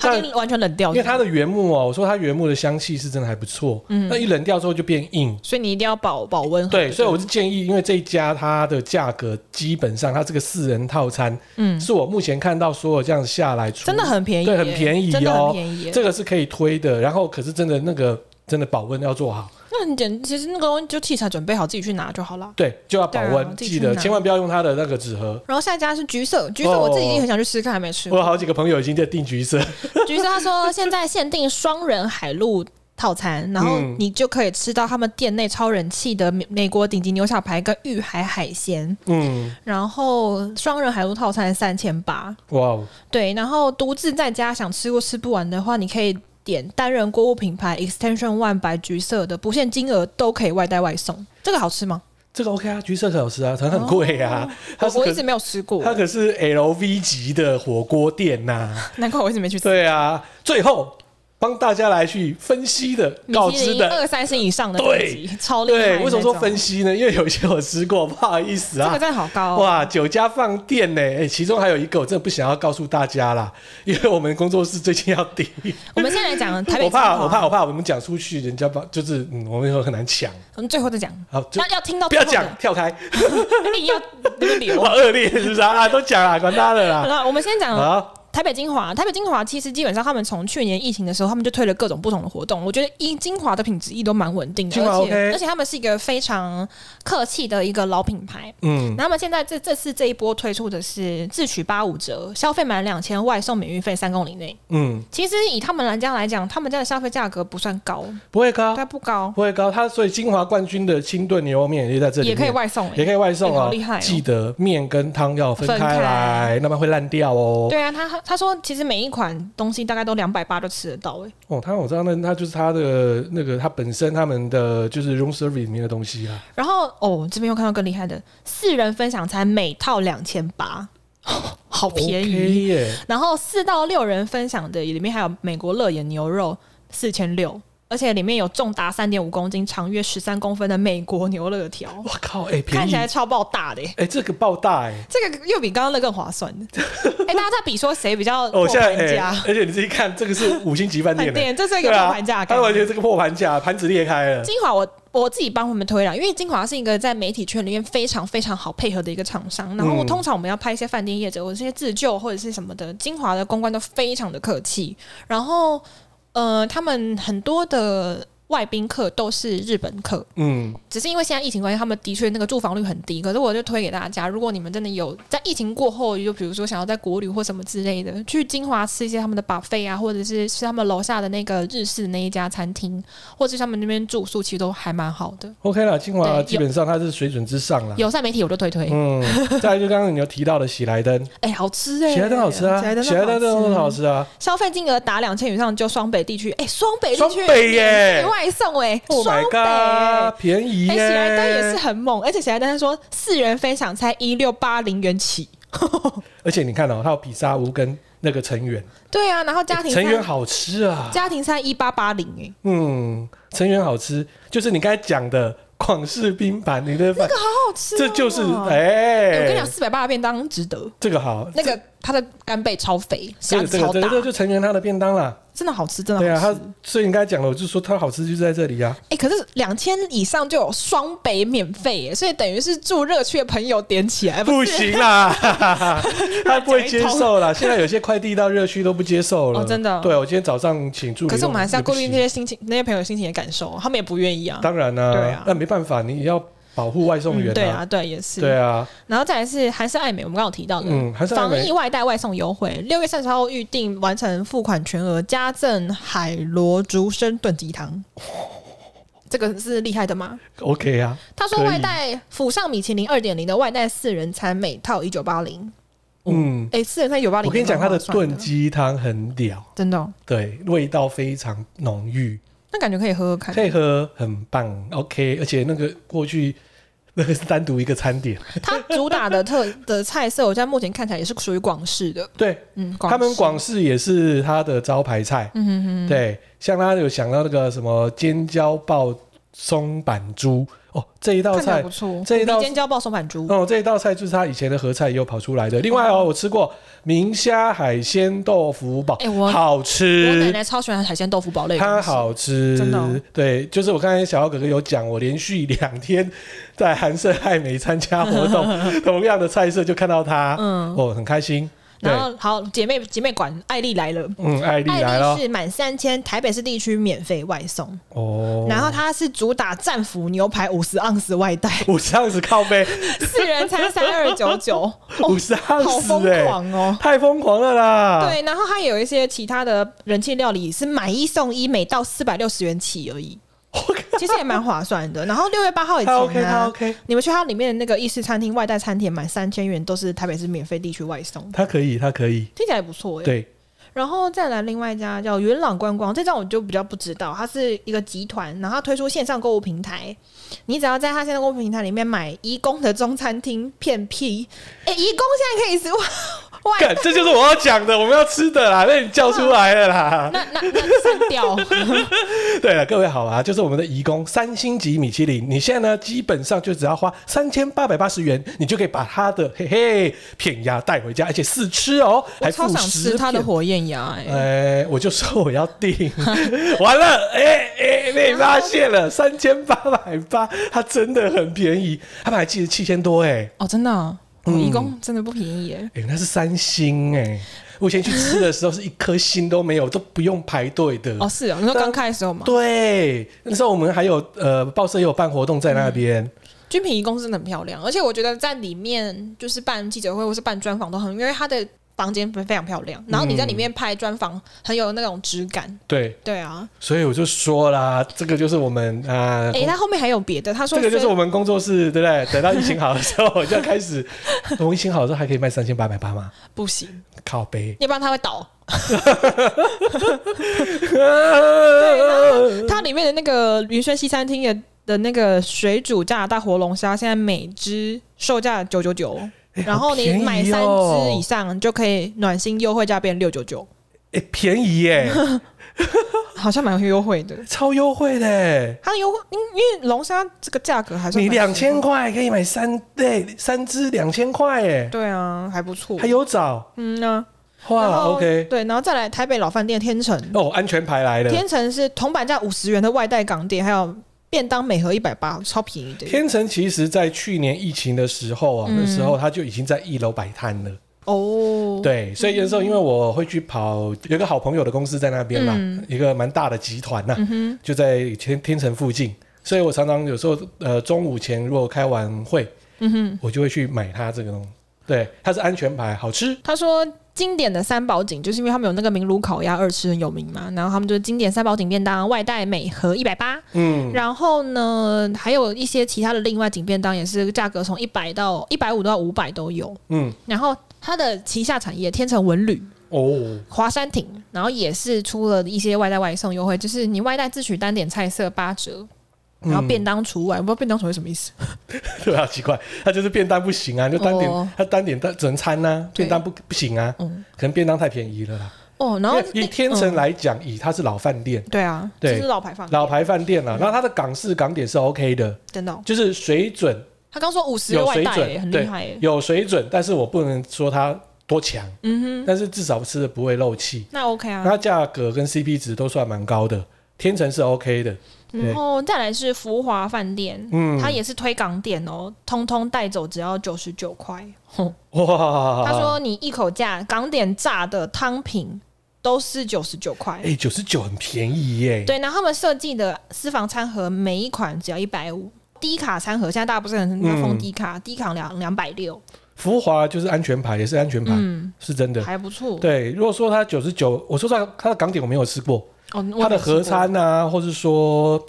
[SPEAKER 2] 它已经完全冷掉
[SPEAKER 1] 因
[SPEAKER 2] 了，
[SPEAKER 1] 为它的原木哦，我说它原木的香气是真的还不错，
[SPEAKER 2] 嗯
[SPEAKER 1] 那一冷掉之后就变硬。
[SPEAKER 2] 所以你一定要保保温。
[SPEAKER 1] 对，所以我是建议，因为这一家它的价格基本上，它这个四人套餐、
[SPEAKER 2] 嗯，
[SPEAKER 1] 是我目前看到所有这样下来出，
[SPEAKER 2] 真的很便宜耶，
[SPEAKER 1] 对很便宜
[SPEAKER 2] 真的很
[SPEAKER 1] 哦
[SPEAKER 2] 便宜耶。
[SPEAKER 1] 这个是可以推的。然后可是真的那个真的保温要做好，
[SPEAKER 2] 那很简，其实那个东西就器材准备好自己去拿就好了。
[SPEAKER 1] 对，就要保
[SPEAKER 2] 对啊
[SPEAKER 1] 温，
[SPEAKER 2] 自己
[SPEAKER 1] 记
[SPEAKER 2] 去
[SPEAKER 1] 得
[SPEAKER 2] 拿
[SPEAKER 1] 千万不要用它的那个纸盒。
[SPEAKER 2] 然后下一家是橘色，橘色我自己也很想去吃，看还没吃
[SPEAKER 1] 哦我
[SPEAKER 2] 过。
[SPEAKER 1] 有好几个朋友已经在订橘色，
[SPEAKER 2] 橘色他说现在限定双人海陆套餐，然后
[SPEAKER 1] 嗯
[SPEAKER 2] 你就可以吃到他们店内超人气的美美国顶级牛小排跟玉海海鲜，
[SPEAKER 1] 嗯，
[SPEAKER 2] 然后双人海陆套餐三千八，
[SPEAKER 1] 哇哦，
[SPEAKER 2] 对，然后独自在家想吃或吃不完的话，你可以点单人锅物品牌 Extension One 白橘色的，不限金额都可以外带外送。这个好吃吗？
[SPEAKER 1] 这个 OK 啊，橘色很好吃啊，它很贵啊，它
[SPEAKER 2] 我
[SPEAKER 1] 是
[SPEAKER 2] 哦我一
[SPEAKER 1] 可
[SPEAKER 2] 直没有吃过，
[SPEAKER 1] 它可是 LV 级的火锅店呐、
[SPEAKER 2] 难怪我一直没去吃。
[SPEAKER 1] 对啊，最后帮大家来去分析的、
[SPEAKER 2] 米
[SPEAKER 1] 告
[SPEAKER 2] 其
[SPEAKER 1] 知
[SPEAKER 2] 林
[SPEAKER 1] 的，
[SPEAKER 2] 二三星以上的等
[SPEAKER 1] 对
[SPEAKER 2] 级，超厉害那
[SPEAKER 1] 对，
[SPEAKER 2] 种。
[SPEAKER 1] 为什么说分析呢？因为有一些我吃过，不好意思
[SPEAKER 2] 这
[SPEAKER 1] 啊
[SPEAKER 2] 个。真的好高、哦、
[SPEAKER 1] 哇，酒家放电呢、哎，其中还有一个我真的不想要告诉大家啦，因为我们工作室最近要顶，
[SPEAKER 2] 我们现在来讲台北
[SPEAKER 1] 我怕我怕我
[SPEAKER 2] 我
[SPEAKER 1] 怕我们讲哦出去，人家把就是嗯，我们以后很难抢。
[SPEAKER 2] 们最后再讲，
[SPEAKER 1] 好，就
[SPEAKER 2] 要要听到
[SPEAKER 1] 不要
[SPEAKER 2] 最后的
[SPEAKER 1] 讲，，跳开，
[SPEAKER 2] 硬要那个
[SPEAKER 1] 我
[SPEAKER 2] 留。
[SPEAKER 1] 恶劣是不是啊？啊都讲了，管他的
[SPEAKER 2] 好
[SPEAKER 1] 啦。
[SPEAKER 2] 了，我们先讲
[SPEAKER 1] 好，
[SPEAKER 2] 台北精华，台北精华其实基本上他们从去年疫情的时候，他们就推了各种不同的活动。我觉得一精华的品质一都蛮稳定的，
[SPEAKER 1] 精华
[SPEAKER 2] 而且、
[SPEAKER 1] OK
[SPEAKER 2] 而且他们是一个非常客气的一个老品牌。
[SPEAKER 1] 嗯，
[SPEAKER 2] 那么现在这这次这一波推出的是自取八五折，消费满两千外送免运费三公里内。
[SPEAKER 1] 嗯，
[SPEAKER 2] 其实以他们兰家来讲，他们家的消费价格不算高，
[SPEAKER 1] 不会高
[SPEAKER 2] 应，该不高，
[SPEAKER 1] 不会高。它所以精华冠军的清炖牛肉面也在这里，
[SPEAKER 2] 也可以，外送、欸，
[SPEAKER 1] 也可以外送
[SPEAKER 2] 哎
[SPEAKER 1] 啊
[SPEAKER 2] 好厉害哦。
[SPEAKER 1] 记得面跟汤要分
[SPEAKER 2] 分
[SPEAKER 1] 开
[SPEAKER 2] 开
[SPEAKER 1] 来，那么会烂掉哦。
[SPEAKER 2] 对啊，他他说其实每一款东西大概都两百八就吃得到、欸，
[SPEAKER 1] 哦，他我知道那那就是他的那个他本身他们的就是 room service 里面的东西啊啦。
[SPEAKER 2] 然后哦，这边又看到更厉害的，四人分享餐每套两千 八，好便
[SPEAKER 1] OK
[SPEAKER 2] 宜。
[SPEAKER 1] 耶，
[SPEAKER 2] 然后四到六人分享的里面还有美国乐眼牛肉四千六，而且里面有重达三点五公斤、长约十三公分的美国牛肋条，
[SPEAKER 1] 我靠，哎，
[SPEAKER 2] 看
[SPEAKER 1] 便宜，
[SPEAKER 2] 起来
[SPEAKER 1] 哎，
[SPEAKER 2] 超爆大的、欸。
[SPEAKER 1] 这个爆大哎。
[SPEAKER 2] 这个又比刚刚那更划算 的，哎、大家在比说谁比较
[SPEAKER 1] 哦，
[SPEAKER 2] 破
[SPEAKER 1] 现在
[SPEAKER 2] 盘
[SPEAKER 1] 哎
[SPEAKER 2] 价，，
[SPEAKER 1] 而且你自己看，这个是五星级饭店
[SPEAKER 2] 饭
[SPEAKER 1] 的，
[SPEAKER 2] 店这是一个
[SPEAKER 1] 对
[SPEAKER 2] 破
[SPEAKER 1] 啊
[SPEAKER 2] 盘价的
[SPEAKER 1] 它
[SPEAKER 2] 概念，
[SPEAKER 1] 完全是个破盘价，盘子裂开了。
[SPEAKER 2] 精华我我自己帮我们推了，因为精华是一个在媒体圈里面非常非常好配合的一个厂商。然后我
[SPEAKER 1] 嗯
[SPEAKER 2] 通常我们要拍一些饭店业者或者是一些自救或者是什么的，精华的公关都非常的客气。然后呃，他们很多的外宾客都是日本客，
[SPEAKER 1] 嗯，
[SPEAKER 2] 只是因为现在疫情关系，他们的确那个住房率很低。可是我就推给大家，如果你们真的有在疫情过后，就比如说想要在国旅或什么之类的，去金华吃一些他们的 buffet 啊，或者是吃他们楼下的那个日式那一家餐厅，或者是他们那边住宿，其实都还蛮好的。
[SPEAKER 1] OK 啦，清华
[SPEAKER 2] 对
[SPEAKER 1] 基本上它是水准之上啦。
[SPEAKER 2] 友善媒体我就推推，哎、
[SPEAKER 1] 嗯，再来就刚刚你有提到的喜来登，
[SPEAKER 2] 好吃哎、
[SPEAKER 1] 喜来登好吃啊，喜
[SPEAKER 2] 喜
[SPEAKER 1] 来
[SPEAKER 2] 来
[SPEAKER 1] 登真的
[SPEAKER 2] 登真
[SPEAKER 1] 很
[SPEAKER 2] 的
[SPEAKER 1] 好
[SPEAKER 2] 好吃。
[SPEAKER 1] 吃啊。
[SPEAKER 2] 消费金额达两千以上就双北地区，哎、双北地
[SPEAKER 1] 双
[SPEAKER 2] 区
[SPEAKER 1] 北耶
[SPEAKER 2] 免费外送哎、
[SPEAKER 1] Oh
[SPEAKER 2] 双
[SPEAKER 1] my
[SPEAKER 2] 北哎
[SPEAKER 1] god，便宜
[SPEAKER 2] 哎、
[SPEAKER 1] 耶！
[SPEAKER 2] 喜来登也是很猛，而且喜来登他说四人分享才一六八零元起。
[SPEAKER 1] 而且你看哦，它有比沙屋跟那个成员，
[SPEAKER 2] 对啊，然后家庭
[SPEAKER 1] 成员
[SPEAKER 2] 餐、
[SPEAKER 1] 好吃啊，
[SPEAKER 2] 家庭餐一八八零哎，
[SPEAKER 1] 嗯，成员好吃，就是你刚才讲的广式冰盘，你的饭，
[SPEAKER 2] 好好吃、哦。
[SPEAKER 1] 这就是
[SPEAKER 2] 哎、
[SPEAKER 1] 哎，
[SPEAKER 2] 我跟你讲，四百八的便当值得。
[SPEAKER 1] 这个好，
[SPEAKER 2] 那个它的干贝超肥，
[SPEAKER 1] 这
[SPEAKER 2] 虾
[SPEAKER 1] 个这
[SPEAKER 2] 子超
[SPEAKER 1] 个
[SPEAKER 2] 大，
[SPEAKER 1] 这个这个就成员他的便当啦，
[SPEAKER 2] 真的好吃，真的
[SPEAKER 1] 对啊，
[SPEAKER 2] 好
[SPEAKER 1] 他
[SPEAKER 2] 吃。
[SPEAKER 1] 所以你刚才讲了，我就说它好吃就在这里啊，
[SPEAKER 2] 哎、可是两千以上就有双北免费欸耶，所以等于是住热区的朋友点起来
[SPEAKER 1] 不
[SPEAKER 2] 是
[SPEAKER 1] 行啦， 哈哈哈他不会接受啦，现在有些快递到热区都不接受了，
[SPEAKER 2] 哦真的
[SPEAKER 1] 对我今天早上请助理，
[SPEAKER 2] 可是我们还是要顾虑那
[SPEAKER 1] 些，
[SPEAKER 2] 些心情，那些朋友心情的感受，他们也不愿意啊。
[SPEAKER 1] 当然啦，
[SPEAKER 2] 对啊
[SPEAKER 1] 那没办法，你也要保护外送员
[SPEAKER 2] 嗯，对啊，对，也是。
[SPEAKER 1] 对啊，
[SPEAKER 2] 然后再来是韩式爱美，我们刚刚有提到的，
[SPEAKER 1] 嗯，还是
[SPEAKER 2] 防疫外带外送优惠，六月三十号预定完成付款全额，加赠海螺竹升炖鸡汤。 这个是厉害的吗？
[SPEAKER 1] OK 啊，
[SPEAKER 2] 他说
[SPEAKER 1] 可以
[SPEAKER 2] 外带府上米其林二点零的外带四人餐，每套一九八零。
[SPEAKER 1] 嗯，
[SPEAKER 2] 哎，四人餐一九八零，
[SPEAKER 1] 我跟你讲，它的
[SPEAKER 2] 蛮划算啊
[SPEAKER 1] 炖鸡汤很屌，
[SPEAKER 2] 真的哦、
[SPEAKER 1] 对，味道非常浓郁，
[SPEAKER 2] 那感觉可以喝喝看。
[SPEAKER 1] 可以喝，很棒，OK，而且那个过去 那个是单独一个餐点，
[SPEAKER 2] 它主打的特 的菜色，我现在目前看起来也是属于广式的，
[SPEAKER 1] 对
[SPEAKER 2] 嗯，
[SPEAKER 1] 他们
[SPEAKER 2] 式
[SPEAKER 1] 广式也是它的招牌菜，
[SPEAKER 2] 嗯哼哼，
[SPEAKER 1] 对，像他有想到那个什么尖椒爆松板猪哦，这一道
[SPEAKER 2] 看起来
[SPEAKER 1] 菜
[SPEAKER 2] 不错。
[SPEAKER 1] 这一道
[SPEAKER 2] 骨皮尖椒爆松板猪，
[SPEAKER 1] 哦，这一道菜就是他以前的合菜又跑出来的。另外哦，我吃过明虾海鲜豆腐煲，
[SPEAKER 2] 哎我
[SPEAKER 1] 好
[SPEAKER 2] 我奶
[SPEAKER 1] 吃，
[SPEAKER 2] 奶超喜欢海鲜豆腐堡类的东
[SPEAKER 1] 它
[SPEAKER 2] 西，
[SPEAKER 1] 好吃，
[SPEAKER 2] 真的哦
[SPEAKER 1] 对，就是我刚才小姚哥哥有讲，我连续两天 在韩式爱美参加活动，同样的菜色就看到它，
[SPEAKER 2] 嗯，
[SPEAKER 1] 哦，很开心。
[SPEAKER 2] 然后好姐妹姐妹馆，艾丽来了。
[SPEAKER 1] 嗯，艾丽来
[SPEAKER 2] 艾
[SPEAKER 1] 了
[SPEAKER 2] 丽是满三千，台北市地区免费外送，
[SPEAKER 1] 哦，
[SPEAKER 2] 然后它是主打战斧牛排五十盎司外带，
[SPEAKER 1] 五十盎司靠背，
[SPEAKER 2] 四人餐三二九 九，
[SPEAKER 1] 五十盎
[SPEAKER 2] 哦好疯
[SPEAKER 1] 司哎、
[SPEAKER 2] 狂哦！
[SPEAKER 1] 太疯狂了啦！，
[SPEAKER 2] 对，然后它有一些其他的人气料理是买一送一，每到四百六十元起而已，
[SPEAKER 1] 我靠，
[SPEAKER 2] 其实也蛮划 算的。然后六月八号以前
[SPEAKER 1] 他
[SPEAKER 2] 呢、
[SPEAKER 1] OK，他 OK，
[SPEAKER 2] 你们去它里面的那个意式餐厅外带餐点满三千元，都是台北市免费地区外送，
[SPEAKER 1] 他可以，他可以，
[SPEAKER 2] 听起来也不错哎、
[SPEAKER 1] 对，
[SPEAKER 2] 然后再来另外一家叫元朗观光，这家我就比较不知道，它是一个集团，然后它推出线上购物平台，你只要在它线上购物平台里面买义工的中餐厅骗 屁，哎，义工现在可以是外
[SPEAKER 1] 干，这就是我要讲的，我们要吃的啦，被你叫出来了
[SPEAKER 2] 哦
[SPEAKER 1] 啦。
[SPEAKER 4] 那那那删掉，
[SPEAKER 1] 对了，各位好啊，就是我们的移工三星级米其林，你现在呢基本上就只要花三千八百八十元，你就可以把它的嘿嘿片鸭带回家，而且试吃哦，
[SPEAKER 2] 我
[SPEAKER 1] 还
[SPEAKER 2] 超
[SPEAKER 1] 附
[SPEAKER 2] 想
[SPEAKER 1] 十
[SPEAKER 2] 吃它的
[SPEAKER 1] 片
[SPEAKER 2] 火焰鸭、哎、
[SPEAKER 1] 哎，我就说我要订， 完了，哎哎，被发现了，三千八百八，它真的很便宜，他们还记得七千多，哎
[SPEAKER 2] 哦，真的、啊，哦
[SPEAKER 1] 嗯
[SPEAKER 2] 义工真的不便宜、哎，
[SPEAKER 1] 哎，那是三星哎，我以前去吃的时候是一颗星都没有，都不用排队的。
[SPEAKER 2] 哦是哦，你说刚开的时候嘛，
[SPEAKER 1] 对，那时候我们还有呃，报社也有办活动在那边，
[SPEAKER 2] 嗯军品义工真的很漂亮，而且我觉得在里面就是办记者会或是办专访都很，因为它的房间非常漂亮，然后你在里面拍专访很有那种质感，
[SPEAKER 1] 对，
[SPEAKER 2] 对啊。
[SPEAKER 1] 所以我就说啦，这个就是我们啊。
[SPEAKER 2] 哎、他后面还有别的，他说
[SPEAKER 1] 这个就是
[SPEAKER 2] 虽
[SPEAKER 1] 我们工作室，对不对？等到疫情好的时候，我就要开始。我们疫情好的时候还可以卖三千八百八吗？
[SPEAKER 2] 不行，
[SPEAKER 1] 靠背，
[SPEAKER 2] 要不然他会倒。
[SPEAKER 1] 对
[SPEAKER 2] 它里面的那个云轩西餐厅的的那个水煮加拿大活龙虾，现在每只售价九九九，然后你
[SPEAKER 1] 哦
[SPEAKER 2] 买三只以上就可以暖心优惠价变六九九，
[SPEAKER 1] 哎、便宜耶、
[SPEAKER 2] 好像蛮有优惠的。
[SPEAKER 1] 超优惠的、欸。
[SPEAKER 2] 它的优惠，因因为龙虾这个价格还是
[SPEAKER 1] 你两千，块可以买三对三只两千块哎，
[SPEAKER 2] 对啊，还不错。
[SPEAKER 1] 还有找
[SPEAKER 2] 嗯呢、然
[SPEAKER 1] 哇
[SPEAKER 2] 后
[SPEAKER 1] ，OK
[SPEAKER 2] 对，然后再来台北老饭店天成，
[SPEAKER 1] 哦，安全牌来了。
[SPEAKER 2] 天成是铜板价五十元的外带港点，还有便当每盒一百八，超便宜的。
[SPEAKER 1] 天成其实在去年疫情的时候啊，那时候他就已经在一楼摆摊了。
[SPEAKER 2] 嗯哦，
[SPEAKER 1] 对，所以有时候因为我会去跑，有一个好朋友的公司在那边啦，
[SPEAKER 2] 嗯
[SPEAKER 1] 一个蛮大的集团呐、就在天天城附近，所以我常常有时候呃中午前如果开完会，
[SPEAKER 2] 嗯
[SPEAKER 1] 我就会去买它这个东西。对，它是安全牌，好吃。
[SPEAKER 2] 他说经典的三宝井，就是因为他们有那个明炉烤鸭二吃很有名嘛，然后他们就是经典三宝井便当外带每盒一百八，
[SPEAKER 1] 嗯，
[SPEAKER 2] 然后呢还有一些其他的另外井便当也是价格从一百到一百五到五百都有，
[SPEAKER 1] 嗯，
[SPEAKER 2] 然后它的旗下产业天成文旅。
[SPEAKER 1] 哦，
[SPEAKER 2] 华山亭，然后也是出了一些外带外送优惠，就是你外带自取单点菜色八折，
[SPEAKER 1] 嗯
[SPEAKER 2] 然后便当除外。我不知道便当除外什么意思。
[SPEAKER 1] 对啊，奇怪，它就是便当不行啊，就单点，
[SPEAKER 2] 哦
[SPEAKER 1] 它单点单整餐呐、
[SPEAKER 2] 对
[SPEAKER 1] 便当不不行啊，
[SPEAKER 2] 嗯
[SPEAKER 1] 可能便当太便宜了啦。
[SPEAKER 2] 哦，然后
[SPEAKER 1] 因为以天成来讲，以它是老饭店、
[SPEAKER 2] 对啊，
[SPEAKER 1] 嗯对
[SPEAKER 2] 这是老牌坊，
[SPEAKER 1] 老牌饭店啦、啊然后它的港式港点是 OK 的，
[SPEAKER 2] 真的哦。
[SPEAKER 1] 就是水准
[SPEAKER 2] 他刚说五十
[SPEAKER 1] 有
[SPEAKER 2] 外
[SPEAKER 1] 水
[SPEAKER 2] 带
[SPEAKER 1] 准，
[SPEAKER 2] 耶，很
[SPEAKER 1] 对
[SPEAKER 2] 厉害耶。
[SPEAKER 1] 有水准，但是我不能说它多强，
[SPEAKER 2] 嗯哼，
[SPEAKER 1] 但是至少吃的不会漏气。
[SPEAKER 2] 那 OK 啊。
[SPEAKER 1] 它价格跟 CP 值都算蛮高的，天成是 OK 的。
[SPEAKER 2] 然后再来是福华饭店，
[SPEAKER 1] 嗯，
[SPEAKER 2] 它也是推港点哦，通通带走只要九十九块。
[SPEAKER 1] 哇，
[SPEAKER 2] 他说你一口价港点炸的汤品都是九十九块。
[SPEAKER 1] 哎，九十九很便宜耶。
[SPEAKER 2] 对，然后他们设计的私房餐盒每一款只要一百五，低卡餐盒现在大家不是很要封低卡，低卡两两百六，
[SPEAKER 1] 福华就是安全牌，也是安全牌，
[SPEAKER 2] 嗯，
[SPEAKER 1] 是真的。
[SPEAKER 2] 还不错。
[SPEAKER 1] 对，如果说它九十九，我说实话，它的港点我没有吃过，
[SPEAKER 2] 哦，我
[SPEAKER 1] 它的
[SPEAKER 2] 没吃过
[SPEAKER 1] 合餐啊，或是说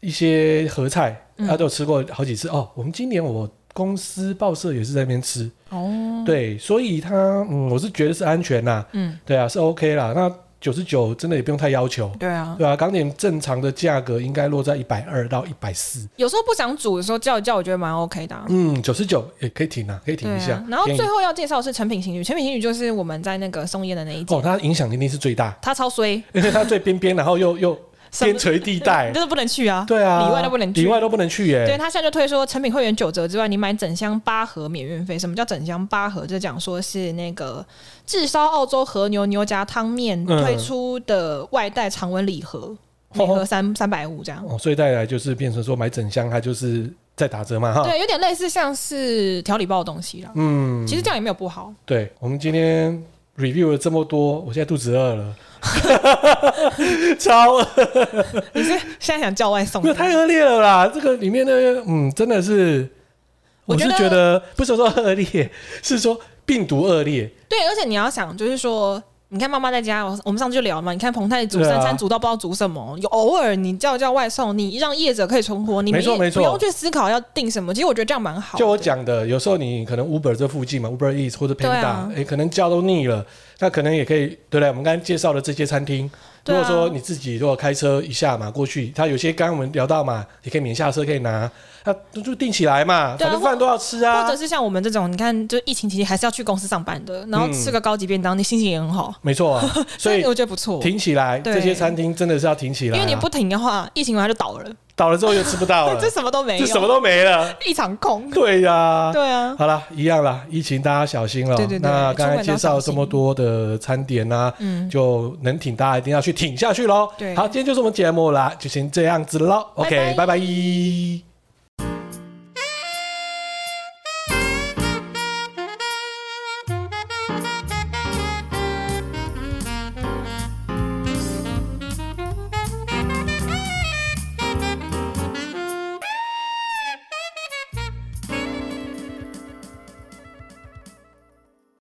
[SPEAKER 1] 一些合菜，
[SPEAKER 2] 嗯
[SPEAKER 1] 他都有吃过好几次。哦，我们今年我公司报社也是在那边吃，
[SPEAKER 2] 哦，
[SPEAKER 1] 对，所以它嗯，我是觉得是安全啦，
[SPEAKER 2] 嗯，
[SPEAKER 1] 对啊，是 OK 啦。那九十九真的也不用太要求，
[SPEAKER 2] 对啊，
[SPEAKER 1] 对啊，港点正常的价格应该落在一百二到一百四，
[SPEAKER 2] 有时候不想煮的时候叫一叫，我觉得蛮 OK 的啊、
[SPEAKER 1] 嗯，九十九也可以停啊，可以停
[SPEAKER 2] 对
[SPEAKER 1] 一下
[SPEAKER 2] 啊，。然后
[SPEAKER 1] 便宜
[SPEAKER 2] 最后要介绍的是成品情侣，成品情侣就是我们在那个松烟的那一间，
[SPEAKER 1] 哦，它影响一定是最大，
[SPEAKER 2] 他超衰，
[SPEAKER 1] 因为它最边边，然后又又
[SPEAKER 2] 什么
[SPEAKER 1] 边陲地带
[SPEAKER 2] 你，真的不能去啊。
[SPEAKER 1] 哎对啊，
[SPEAKER 2] 里外都不能去
[SPEAKER 1] 里外都不能去耶、
[SPEAKER 2] 对他现在就推说，成品会员九折之外，你买整箱八盒免运费。什么叫整箱八盒？就讲说是那个炙烧澳洲和牛牛轧汤面
[SPEAKER 1] 嗯
[SPEAKER 2] 推出的外带常温礼盒，
[SPEAKER 1] 哦
[SPEAKER 2] 每盒三三百五这样。
[SPEAKER 1] 哦，所以带来就是变成说买整箱，它就是在打折嘛，哈。
[SPEAKER 2] 对，有点类似像是调理包的东西啦。
[SPEAKER 1] 嗯，
[SPEAKER 2] 其实这样也没有不好，
[SPEAKER 1] 对，我们今天 review 了这么多，我现在肚子饿 了，超饿，
[SPEAKER 2] 你是现在想叫外送
[SPEAKER 1] 没有？太恶劣了啦！这个里面的嗯，真的是，
[SPEAKER 2] 我
[SPEAKER 1] 我
[SPEAKER 2] 觉
[SPEAKER 1] 是
[SPEAKER 2] 得
[SPEAKER 1] 觉得不是说恶劣，是说病毒恶劣。
[SPEAKER 2] 对，而且你要想，就是说，你看妈妈在家，我我们上次就聊嘛，你看彭太煮
[SPEAKER 1] 对啊
[SPEAKER 2] 三餐煮到不知道煮什么，有偶尔你叫叫外送，你让业者可以存活，你
[SPEAKER 1] 没错
[SPEAKER 2] 也
[SPEAKER 1] 没错
[SPEAKER 2] 不用去思考要订什么。其实我觉得这样蛮好的。
[SPEAKER 1] 就我讲的，有时候你可能 Uber 这附近嘛，Uber Eats 或者
[SPEAKER 2] 对
[SPEAKER 1] Panda，哎、
[SPEAKER 2] 啊
[SPEAKER 1] 诶可能叫都腻了，那可能也可以，对不对？我们刚才介绍的这些餐厅，如
[SPEAKER 2] 对啊
[SPEAKER 1] 果说你自己如果开车一下嘛过去，它有些刚刚我们聊到嘛，也可以免下车可以拿，那就就订起来嘛，
[SPEAKER 2] 对啊
[SPEAKER 1] 反正饭都要吃啊。
[SPEAKER 2] 或者是像我们这种，你看，就疫情期间还是要去公司上班的，然后
[SPEAKER 1] 嗯
[SPEAKER 2] 吃个高级便当，你心情也很好，
[SPEAKER 1] 没错啊，所以
[SPEAKER 2] 我觉得不错。
[SPEAKER 1] 停起来，
[SPEAKER 2] 对
[SPEAKER 1] 这些餐厅真的是要停起来、
[SPEAKER 2] 因
[SPEAKER 1] 啊，
[SPEAKER 2] 为你不停的话，疫情完它就倒了，
[SPEAKER 1] 倒了之后又吃不到了
[SPEAKER 2] 这，什么都没有，
[SPEAKER 1] 这什么都没了。
[SPEAKER 2] 一场空。
[SPEAKER 1] 对呀、
[SPEAKER 2] 对啊，
[SPEAKER 1] 好啦，一样啦，疫情大家小心了。
[SPEAKER 2] 对对对
[SPEAKER 1] 那刚才介绍这
[SPEAKER 2] 出门都要小心
[SPEAKER 1] 么多的餐点啊，
[SPEAKER 2] 嗯
[SPEAKER 1] 就能挺大家一定要去挺下去喽。
[SPEAKER 2] 对
[SPEAKER 1] 好，今天就是我们节目啦，就先这样子喽。OK，
[SPEAKER 4] 拜拜
[SPEAKER 1] 拜拜